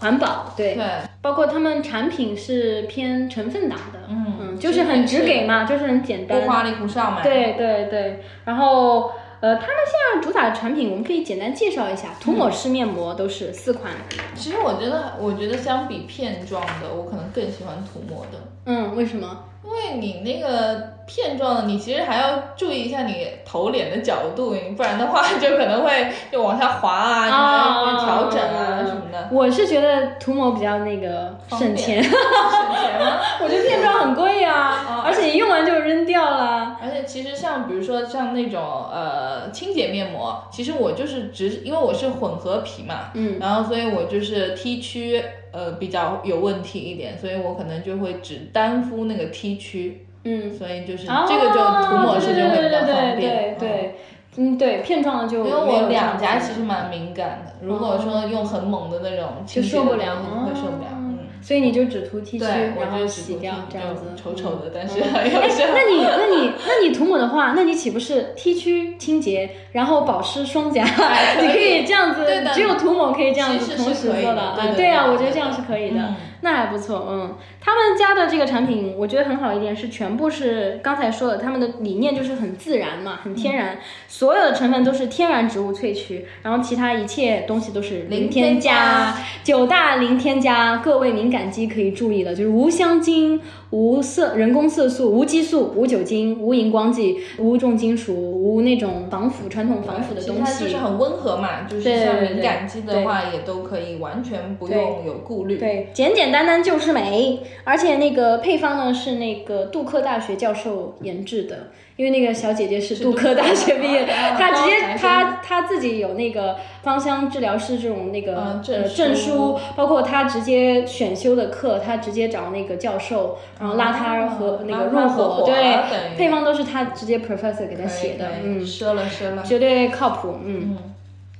环保，对，
对，
包括他们产品是偏成分党的，嗯就是很直给嘛，就是很简单
不，花里胡哨嘛。
对对对，然后呃，他们现在主打的产品，我们可以简单介绍一下，涂抹式面膜都是四款，
其实我觉得，我觉得相比片状的，我可能更喜欢涂抹的，
嗯，为什么？
因为你那个片状的，你其实还要注意一下你头脸的角度，不然的话就可能会就往下滑啊，你
哦
还要调整啊什么的。
我是觉得涂抹比较那个
方
省
便哦
钱，
省钱吗？
我觉得片妆很贵啊，而且一用完就扔掉了。
而且其实像比如说像那种呃清洁面膜，其实我就是只因为我是混合皮嘛，
嗯
然后所以我就是 T 区呃比较有问题一点，所以我可能就会只单敷那个 T 区，
嗯，
所以就是
哦
这个就涂抹式就会比较方
对对对对
便。嗯
对，嗯对，片状的就
因为
没有
我
这样
两颊
子哦
其实蛮敏感的，如果说用很猛的那种
就
清洁
受不
的
了
东西会受不了。
哦
嗯，
所以你就只涂 T 区，
对，我
然
觉
后
得只
洗
涂
掉
T
这样子
就，丑丑
嗯。
的，但是很有效。
那你那你那你涂抹的话，那你岂不是 T 区清洁，然后保湿双颊？ 你可以这样子
哎对的，
只有涂抹可以这样
其
子
实是
同时
可以
做
的
了啊
对。的
对啊，
对的
我觉得这样是可以的
嗯，
那还不错。嗯，他们家的这个产品，我觉得很好一点是全部是刚才说的，他们的理念就是很自然嘛，很天
嗯
然，所有的成分都是天然植物萃取，然后其他一切东西都是零
零
添
添加
加。九大零添加，各位敏感肌可以注意了，就是无香精、无色人工色素、无激素、无酒精、无荧光剂、无重金属、无那种防腐传统防腐的
其实
东
它
西。
就是很温和嘛，就是
对
像
对
敏
对
感肌的话，也都可以完全不用有顾虑。
对，简简单单就是美。而且那个配方呢是那个杜克大学教授研制的，因为那个小姐姐是杜克大学毕业，她直接她她自己有那个芳香治疗师这种那个
嗯证
呃
书
证书，包括她直接选修的课，她直接找那个教授，然后拉她和那个
拉她
入
合
伙，
伙
对
啊等于，
配方都是她直接 professor 给她写的，嗯，
奢了奢了。
绝对靠谱，嗯。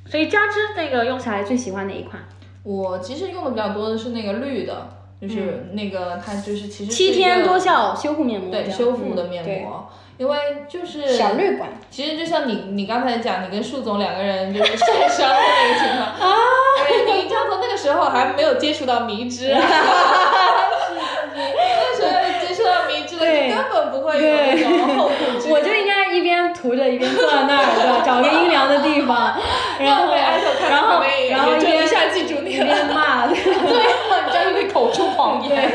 所以榨汁那个用起来最喜欢哪一款？
我其实用的比较多的是那个绿的，就是那个它就是其实是
嗯七
一
天
个
多效修护面膜，
对
这样
修复的
嗯
面
对
膜，因为就是
小绿管，
其实就像你你刚才讲，你跟树总两个人就是晒伤的那个 情况啊，对你知道从那个时候还没有接触到迷之 啊，那时候接触到迷之了，
对
就根本不会有那种后顾之忧，
我就应该一边涂着一边坐在那儿，对吧？找个阴凉的地方，然后
被艾特看
然
到
后
旁边
然后
也
一
就一
边
下记住
一
你了。
边骂，对，
人家就会口出狂 言。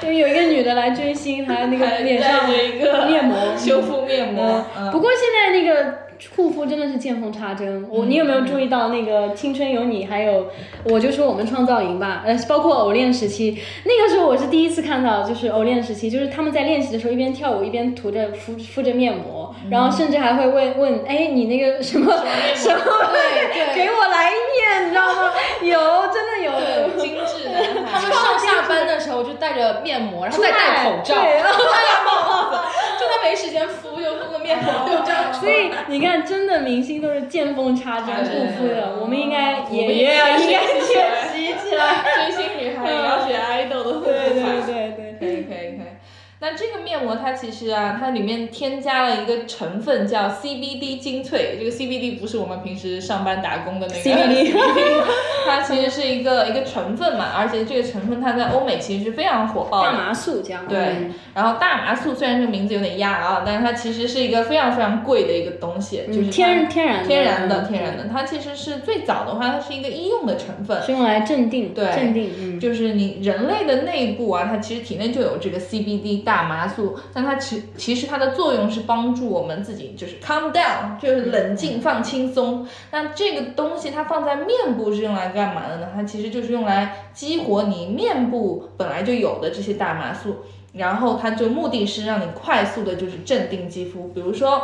就有一个女的来追星，她那个
还
脸
带
上
着一个
面膜
修复面膜，嗯
不过现在那个护肤真的是见缝插针。我、你有没有注意到那个《青春有你》，还有我就说我们创造营吧，呃，包括偶练时期，那个时候我是第一次看到，就是偶练时期，就是他们在练习的时候一边跳舞一边涂着敷敷着面膜，然后甚至还会问问，哎，你那个什么什么，
对
给我来一面，你知道吗？有，真的有。
很精致男
他
孩
们。上下班的时候就戴着面膜，然后再戴口罩，
对
戴着帽子，真的没时间敷，就敷个面 膜，就这样
所以你看，真的明星都是见缝插针
对
护肤的，我们应该
我们
也
也
也
要
应该
学习
学习起来。
追星女孩也要学 idol 的护肤法。
对对对对，
可以可以可以。那这个面膜它其实啊，它里面添加了一个成分叫 CBD 精粹，这个 CBD 不是我们平时上班打工的 那个
CBD
它其实是一个一个成分嘛，而且这个成分它在欧美其实是非常火爆
大
的。
麻嗯素这样。
对，然后大麻素虽然这个名字有点压啊，但是它其实是一个非常非常贵的一个东西，就是它
嗯天天然的
天然的
嗯
天然的。它其实是最早的话，它是一个医用的成分，
是用来镇定，
对
镇定，嗯，
就是你人类的内部啊，它其实体内就有这个 CBD 大麻素，但它其其实它的作用是帮助我们自己就是 calm down，就是冷静放轻松。那这个东西它放在面部是用来干嘛的呢？它其实就是用来激活你面部本来就有的这些大麻素，然后它就目的是让你快速的就是镇定肌肤，比如说。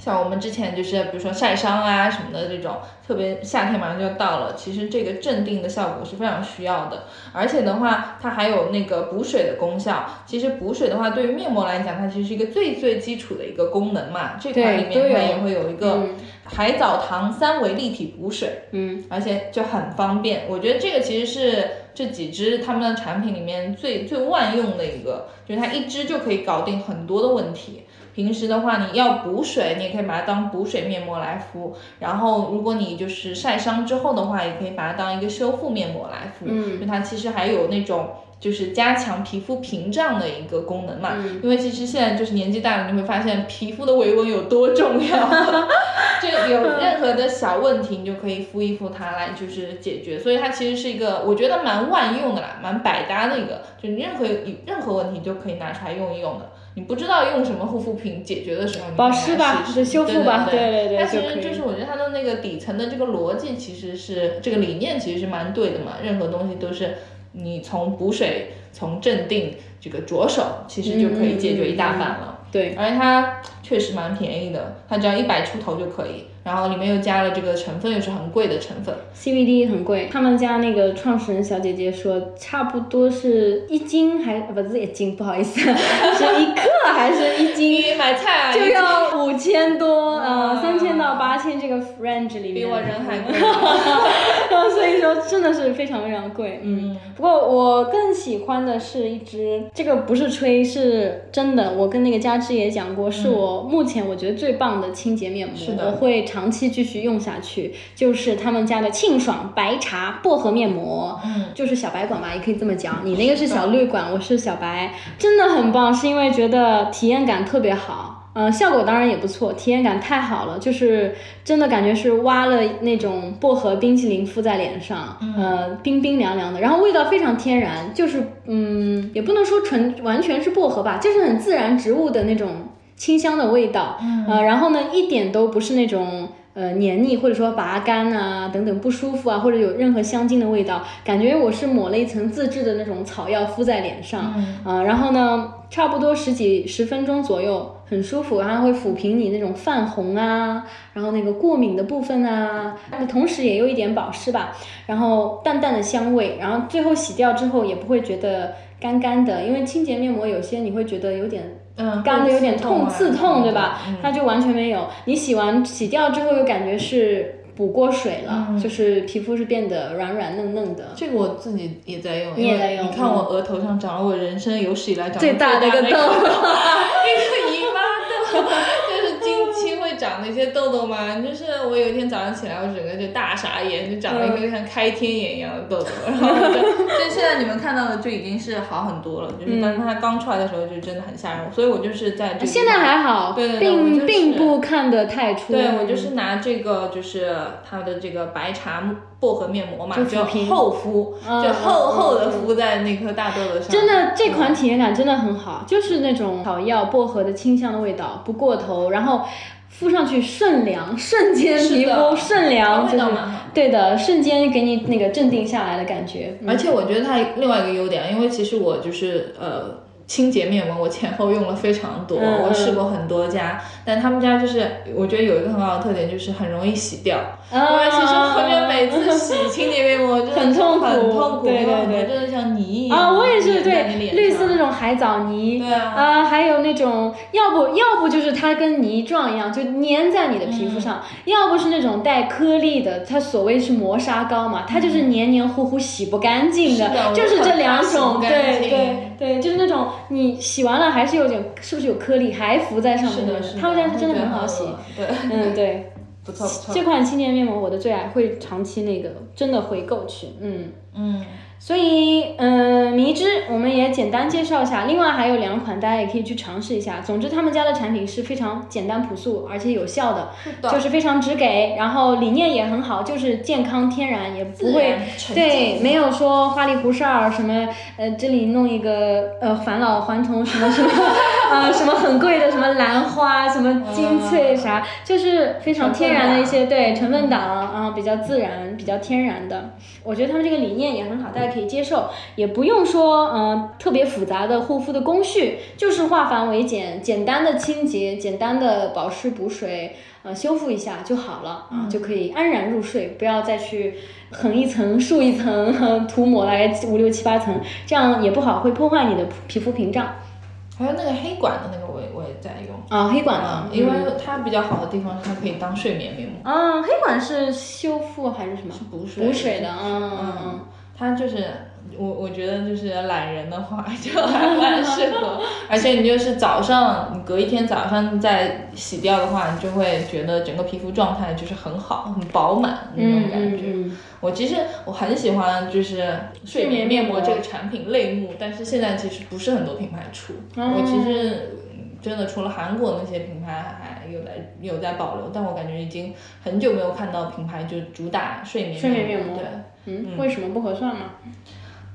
像我们之前就是，比如说晒伤啊什么的这种，特别夏天马上就要到了，其实这个镇定的效果是非常需要的。而且的话，它还有那个补水的功效。其实补水的话，对于面膜来讲，它其实是一个最最基础的一个功能嘛。这款里
对都
面它
有嗯
也会有一个海藻糖三维立体补水，嗯，而且就很方便。我觉得这个其实是这几支他们的产品里面最最万用的一个，就是它一支就可以搞定很多的问题。平时的话，你要补水，你也可以把它当补水面膜来敷。然后，如果你就是晒伤之后的话，也可以把它当一个修复面膜来敷。嗯，就它其实还有那种就是加强皮肤屏障的一个功能嘛。因为其实现在就是年纪大了，你会发现皮肤的维温有多重要。就
嗯
有任何的小问题，你就可以敷一敷它来就是解决。所以它其实是一个我觉得蛮万用的啦，蛮百搭的一个，就你任何有任何问题就可以拿出来用一用的。你不知道用什么护肤品解决的时候，你可以
保湿吧
来试
就
试
修复吧
对
对对对
它
就
其实
可以
就是我觉得它的那个底层的这个逻辑，其实是这个理念其实是蛮对的嘛。任何东西都是你从补水、从镇定这个着手，其实就可以解决一大半
嗯
了。
对，
而且它确实蛮便宜的，它只要一百出头就可以，然后里面又加了这个成分，又是很贵的成分，
CBD 很贵，他们家那个创始人小姐姐说，差不多是一斤还呃不是一斤，不好意思， 是一克还是一斤，
你买菜啊，
就
你
要五千多，呃，三千到八千这个 range 里面，
比我人还贵。
所以说真的是非常非常贵，嗯。不过我更喜欢的是一支，这个不是吹，是真的。我跟那个佳芝也讲过，是我目前我觉得最棒的清洁面膜，
是的
我会长期继续用下去。就是他们家的沁爽白茶薄荷面膜，嗯，就是小白管吧，也可以这么讲。你那个是小绿管，我是小白，真的很棒，是因为觉得体验感特别好。呃，效果当然也不错，体验感太好了，就是真的感觉是挖了那种薄荷冰淇淋敷在脸上，呃，冰冰凉凉的，然后味道非常天然，就是嗯，也不能说纯完全是薄荷吧，就是很自然植物的那种清香的味道，嗯、呃，然后呢，一点都不是那种。呃黏腻，或者说拔干啊等等不舒服啊，或者有任何香精的味道，感觉我是抹了一层自制的那种草药敷在脸上，啊、
嗯
然后呢，差不多十几十分钟左右，很舒服，然后会抚平你那种泛红啊，然后那个过敏的部分啊，那同时也有一点保湿吧，然后淡淡的香味，然后最后洗掉之后也不会觉得干干的，因为清洁面膜有些你会觉得有点
嗯
干的有点痛刺痛，对吧？
嗯
它就完全没有。你洗完洗掉之后，又感觉是补过水了，
嗯
就是皮肤是变得软软嫩嫩的。
这个我自己也在用，
你也在用
因为你看我额头上长了我人生有史以来长得
最大
大
的一个
那
痘
那个姨妈痘， 就是经期会长那些痘痘嘛。就是我有一天早上起来，我整个就大傻眼，就长了
嗯
一个像开天眼一样的 痘痘。然后就，就现在你们看到的就已经是好很多了，
嗯
就是但是它刚出来的时候就真的很吓人，所以我就是在这个
现在还好，
对对对我
并、
就是
并不看得太出。
对我就是拿这个，就是它的这个白茶薄荷面膜嘛，
就
就
抚平
厚敷，
嗯
就厚厚的敷在那颗大痘痘上。嗯
真的，这款体验感真的很好，就是那种草药薄荷的清香的味道，不过头，然后敷上去顺凉，瞬间
是
皮
的
肤顺
它
凉，
味
就是
道蛮好
对的，瞬间给你那个镇定下来的感觉。嗯
而且我觉得它另外一个优点，因为其实我就是呃清洁面膜，我前后用了非常多，
嗯
我试过很多家，但他们家就是我觉得有一个很好的特点，就是很容易洗掉。
啊
因为其实我觉得每次 洗清洁面膜真的
很
是
痛苦
啊很痛苦，
对对
因为很多
对
真的像泥一样
啊，我也是
粘在嗯你
对
脸
绿
上
色那种海藻泥，
对啊
啊，还有那种要不要不就是它跟泥状一样，就粘在你的皮
嗯
肤上，要不是那种带颗粒的，它所谓是磨砂膏嘛，它就是黏黏糊糊、洗不干净
嗯是的我
就是这两种，
很怕洗不干
对
净
对对，就是那种你洗完了还是有点，是不是有颗粒还浮在上
是
面？
的，是的，
他们家是真的
我觉
很
得
好洗，
恶对，
嗯对。
不错不
这
错，
款清洁面膜我的最爱，会长期那个真的回购去，嗯。
嗯。
所以，嗯、迷之我们也简单介绍一下，另外还有两款大家也可以去尝试一下。总之，他们家的产品是非常简单朴素，而且有效的，
的
就是非常直给，然后理念也很好，就是健康天然，也不会
然纯净
对，没有说花里胡哨儿什么，呃，这里弄一个呃返老还童什么什 么，呃，什么很贵的什么兰花，什么
嗯
精粹啥，就是非常天然的一些对成分党啊，比较自然，比较天然的。我觉得他们这个理念也很好，大家可以接受，也不用说嗯、呃特别复杂的护肤的工序，就是化繁为简，简单的清洁，简单的保湿补水，呃修复一下就好了啊、就可以安然入睡，不要再去横一层竖一层 呵涂抹来五六七八层，这样也不好，会破坏你的皮肤屏障
还有那个黑管的那个我，也我也在用。
啊。黑管呢？
啊因为它比较好的地方是它可以当睡眠面膜，
啊，黑管是修复还是什么？
补水
补水的，。嗯嗯嗯
嗯。，它就是我我觉得就是懒人的话就还蛮适合， 而且你就是早上你隔一天早上再洗掉的话，你就会觉得整个皮肤状态就是很好，很饱满那种
嗯
感
嗯
觉。
嗯，
我其实我很喜欢就是睡眠面膜这个产品类目，但是现在其实不是很多品牌出。
哦
我其实嗯真的除了韩国那些品牌还有在有在保留，但我感觉已经很久没有看到品牌就主打睡眠
睡眠面膜
膜。对，
嗯，为什么不合算吗？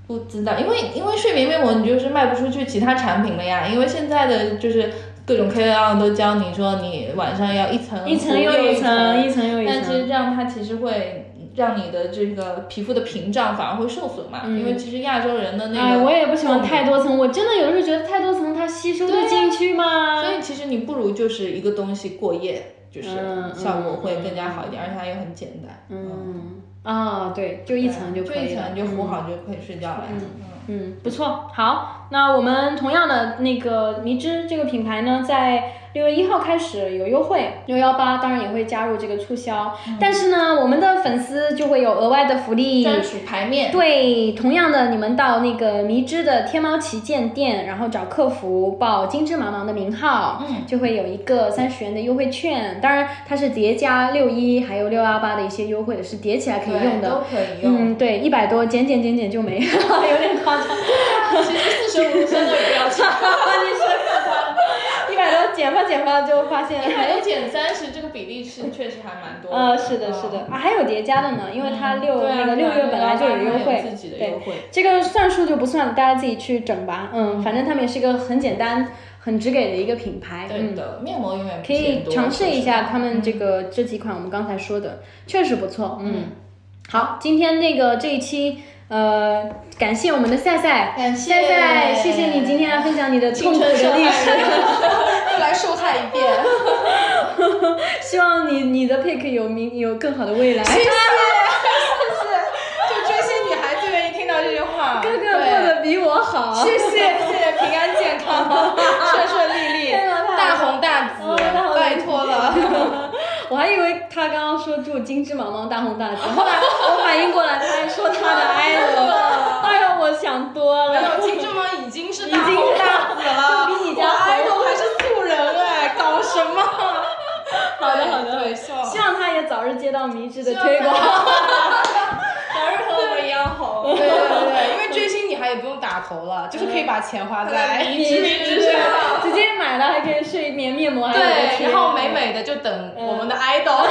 不知道，因为因为睡眠面膜你就是卖不出去其他产品了呀，因为现在的就是各种 KOL 都教你说你晚上要一层
一层
涂
又
一
一层，一层又一
但其实
层。
这样它其实会让你的这个皮肤的屏障反而会受损嘛，因为其实亚洲人的那个，
嗯哎，我也不喜欢太多层，我真的有时候觉得太多层它吸收得进去吗？
所以其实你不如就是一个东西过夜，就是
嗯
效果会更加好一点，而且它又很简单，嗯，
嗯啊，对，就一层就
就
可以
一
了
层就糊好就可以睡觉了呀，
嗯，不错，好，那我们同样的那个迷之这个品牌呢，在六月一号开始有优惠，六幺八当然也会加入这个促销，但是呢，我们的粉丝就会有额外的福利，
专属牌面，
对，同样的，你们到那个迷之的天猫旗舰店，然后找客服报“金枝茫茫”的名号，
嗯
就会有一个三十元的优惠券。当然，它是叠加六一还有六幺八的一些优惠的，是叠起来可以
对，
用
都
的。
可以用。
嗯，对，一百多减减减减就没，有点夸张。
其实四舍五入相当于不要钱。
一百多减减吧减吧，就发现
还有减三十这个比例是确实还蛮多的。嗯
呃，是的，是的，啊，还有叠加的呢，因为它六、
对啊
那个
对
六
啊
月本来就有优
对啊
惠，
自己的
对
优惠
这个算数就不算了，大家自己去整吧。嗯，反正他们也是一个很简单、很直给的一个品牌。
对嗯的，面膜永远不
嗯可以
嫌多
尝试一下
说实话
他们这个这几款我们刚才说的，确实不错。嗯，好，今天那个这一期。呃，感谢我们的赛赛，
感谢
赛赛，谢谢你今天来分享你的痛
哎青
苦
春伤
的历
害
史，
又来受害一遍。
希望你你的 pick 有明有更好的未来。
就追星女孩最愿意听到这句话。
哥哥过得比我好，
谢谢谢谢，平安健 康，顺顺利利，
天哪太
大红大
哦大红大
紫，
紫
拜托了。
我还以为他刚刚说祝金枝茫茫大红大紫，后来我反应过来，他还说他的 idol，哎呀，我想多
没
了。
有，哎金志萌已经是大红大紫
已
了，
经是比你家
我
红
爱豆还是素人哎，搞什么？
好的好的
对，希望
希望他也早日接到迷之的推广。
早日和我们一样红。
对对对对，嗯因为追星你还也不用打头了，就是可以把钱花在
迷之迷之上。
直接买了还可以睡眠面膜，还有
对，
贴
然后美美的就等
嗯
我们的 idol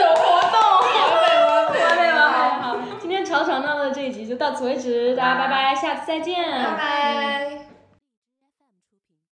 有活动，
好美吗？好好，今天吵吵闹闹的这一集就到此为止，大家拜拜，下次再见，
拜拜。